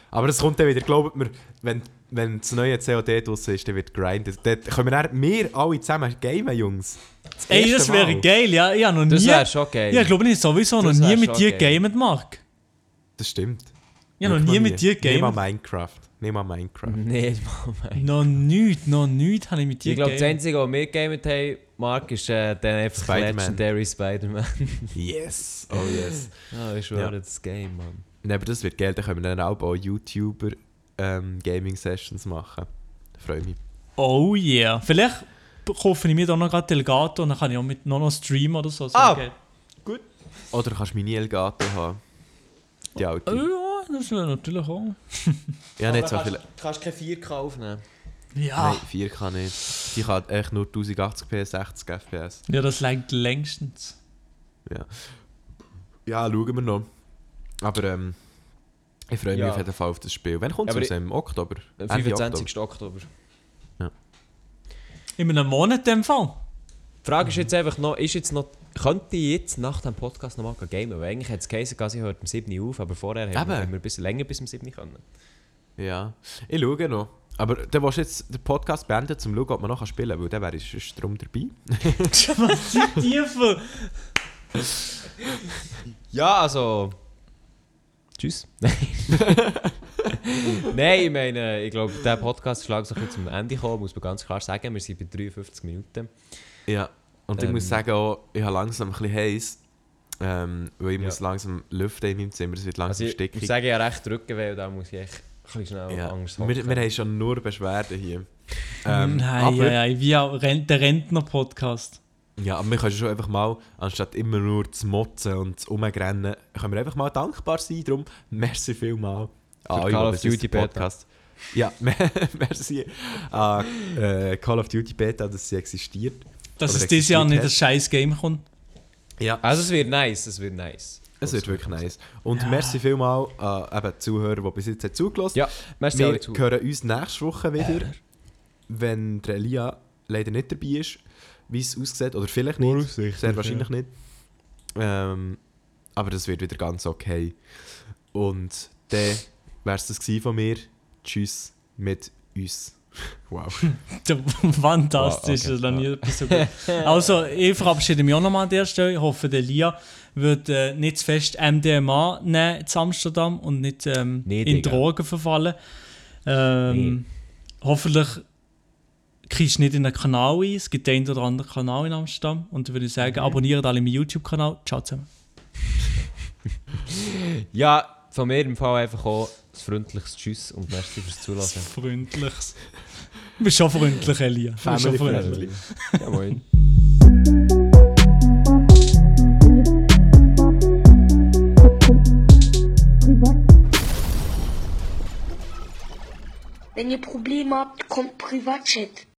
[SPEAKER 3] Aber das kommt dann wieder, glaubt mir, wenn, wenn das neue COD draussen ist, dann wird grindet. Dann können wir, dann, wir alle zusammen gamen, Jungs.
[SPEAKER 4] Ey, das
[SPEAKER 3] erste
[SPEAKER 4] wäre
[SPEAKER 3] Mal.
[SPEAKER 4] geil, ja. Ich habe noch
[SPEAKER 5] Das
[SPEAKER 4] nie.
[SPEAKER 5] wäre schon geil.
[SPEAKER 4] Ja, ich glaube nicht sowieso
[SPEAKER 5] Das
[SPEAKER 4] noch nie
[SPEAKER 5] wär
[SPEAKER 4] mit
[SPEAKER 5] schon
[SPEAKER 4] dir
[SPEAKER 5] geil.
[SPEAKER 4] gamed, Marc.
[SPEAKER 3] Das stimmt.
[SPEAKER 4] Ich habe noch nie mit dir
[SPEAKER 3] Nehmen wir
[SPEAKER 4] gamed. Mhm.
[SPEAKER 3] Minecraft. Nehmen wir Minecraft.
[SPEAKER 5] Nee, Mann, Mann.
[SPEAKER 4] Noch nichts, noch nichts habe ich mit dir
[SPEAKER 5] Ich glaube, das
[SPEAKER 4] gamed.
[SPEAKER 5] Einzige, was wir gegamet haben, Marc, ist äh, dann einfach
[SPEAKER 3] Spider-Man.
[SPEAKER 5] Legendary Spider-Man.
[SPEAKER 3] Yes. Oh yes.
[SPEAKER 5] Ah, ich schwöre, das Game, Mann.
[SPEAKER 3] Nein, aber das wird Geld, dann können wir dann auch bei YouTuber ähm, Gaming Sessions machen. Freue mich.
[SPEAKER 4] Oh yeah. Vielleicht kaufe ich mir da noch gerade Elgato und dann kann ich auch mit noch noch streamen oder so. Das wär
[SPEAKER 5] Ah.
[SPEAKER 4] geil.
[SPEAKER 3] Oder kannst du meine Elgato haben? Die alte.
[SPEAKER 4] Ja, das wäre natürlich auch.
[SPEAKER 3] ja, nicht so viel.
[SPEAKER 5] kannst keine 4K aufnehmen.
[SPEAKER 4] Ja.
[SPEAKER 3] Nein, 4 kann nicht. Die kann echt nur 1080p, 60 FPS.
[SPEAKER 4] Ja, das langt längstens.
[SPEAKER 3] Ja. ja, schauen wir noch. Aber ähm, ich freue mich
[SPEAKER 5] Ja.
[SPEAKER 3] auf jeden Fall auf das Spiel. Wann kommt es
[SPEAKER 5] Aber
[SPEAKER 3] raus?
[SPEAKER 5] ich-
[SPEAKER 3] Im Oktober? Ende
[SPEAKER 5] 25. Oktober.
[SPEAKER 4] In einem Monat in dem Fall.
[SPEAKER 5] Die Frage ist jetzt einfach noch, ist jetzt noch, könnte ich jetzt nach dem Podcast nochmal gamen? Weil eigentlich hat es geheißen, ich hört am 7. Uhr auf, aber vorher haben
[SPEAKER 3] Eben.
[SPEAKER 5] wir, haben wir ein bisschen länger bis am 7. Uhr können.
[SPEAKER 3] Oktober. Ja. Ich schaue noch. Aber dann willst du jetzt den Podcast beenden, um zu schauen, ob man noch spielen kann, weil dann wäre ich sonst drum dabei.
[SPEAKER 4] Was sind die für?
[SPEAKER 5] Ja, also. Tschüss. Nein. Nein, ich meine, ich glaube, der Podcast ist langsam ein bisschen zum Ende gekommen, muss man ganz klar sagen. Wir sind bei 53 Minuten.
[SPEAKER 3] Ja, und ich
[SPEAKER 5] Ähm.
[SPEAKER 3] muss sagen, auch, ich habe langsam ein bisschen heiß, ähm, weil ich
[SPEAKER 5] Ja.
[SPEAKER 3] muss langsam lüften in meinem Zimmer, es wird
[SPEAKER 5] Also,
[SPEAKER 3] langsam
[SPEAKER 5] ich, ich
[SPEAKER 3] stickig.
[SPEAKER 5] muss sagen, ich habe recht drücken, weil da muss ich echt ein bisschen schnell
[SPEAKER 3] ja.
[SPEAKER 5] Angst
[SPEAKER 3] wir,
[SPEAKER 5] haben.
[SPEAKER 3] wir haben schon nur Beschwerden hier. Ähm,
[SPEAKER 4] Nein,
[SPEAKER 3] aber,
[SPEAKER 4] ja, ja, wie auch Ren- der Rentner-Podcast.
[SPEAKER 3] ja, aber wir können schon einfach mal, anstatt immer nur zu motzen und zu rumrennen, können wir einfach mal dankbar sein. Darum, merci vielmal Ah,
[SPEAKER 5] Für
[SPEAKER 3] euch,
[SPEAKER 5] Call
[SPEAKER 3] die
[SPEAKER 5] of
[SPEAKER 3] bis jetzt
[SPEAKER 5] Duty
[SPEAKER 3] den
[SPEAKER 5] Beta.
[SPEAKER 3] Ja, merci an äh, Call of Duty Beta, dass sie existiert.
[SPEAKER 4] Dass
[SPEAKER 3] Oder
[SPEAKER 4] es dieses Jahr nicht
[SPEAKER 3] existiert
[SPEAKER 4] ein
[SPEAKER 3] hat.
[SPEAKER 4] scheiß Game kommt.
[SPEAKER 3] Ja,
[SPEAKER 5] Also, es wird nice, es wird nice.
[SPEAKER 3] es wird wirklich nice. Und merci vielmal an eben die Zuhörer, die bis jetzt haben zugelassen
[SPEAKER 5] Ja, merci alle
[SPEAKER 3] Wir
[SPEAKER 5] zu.
[SPEAKER 3] hören uns nächste Woche wieder, wenn der Elia leider nicht dabei ist, wie es aussieht. Oder vielleicht nicht. Sehr wahrscheinlich nicht. Ähm, aber das wird wieder ganz okay. Und dann wäre es das gewesen von mir. Tschüss mit uns. Wow.
[SPEAKER 4] Fantastisch,
[SPEAKER 5] Ah, okay.
[SPEAKER 4] das noch nie etwas so gut. Also, ich verabschiede mich auch nochmal an der Stelle. Ich hoffe, der Lia wird äh, nicht zu fest MDMA nehmen in Amsterdam und nicht ähm,
[SPEAKER 5] Nee,
[SPEAKER 4] in
[SPEAKER 5] Digga.
[SPEAKER 4] Drogen verfallen. Ähm, Hoffentlich kriegst du nicht in einen Kanal ein. Es gibt den einen oder anderen Kanal in Amsterdam. Und da würde
[SPEAKER 5] Mhm.
[SPEAKER 4] ich sagen, abonniert alle meinen YouTube-Kanal. Ciao zusammen.
[SPEAKER 5] Ja, von mir im Fall einfach auch ein freundliches Tschüss und merci fürs Zulassen.
[SPEAKER 4] Freundliches. Du bist schon freundlich, Elia. Du bist schon freundlich.
[SPEAKER 5] Ja, moin.
[SPEAKER 2] Wenn ihr Probleme habt, kommt Privatchat.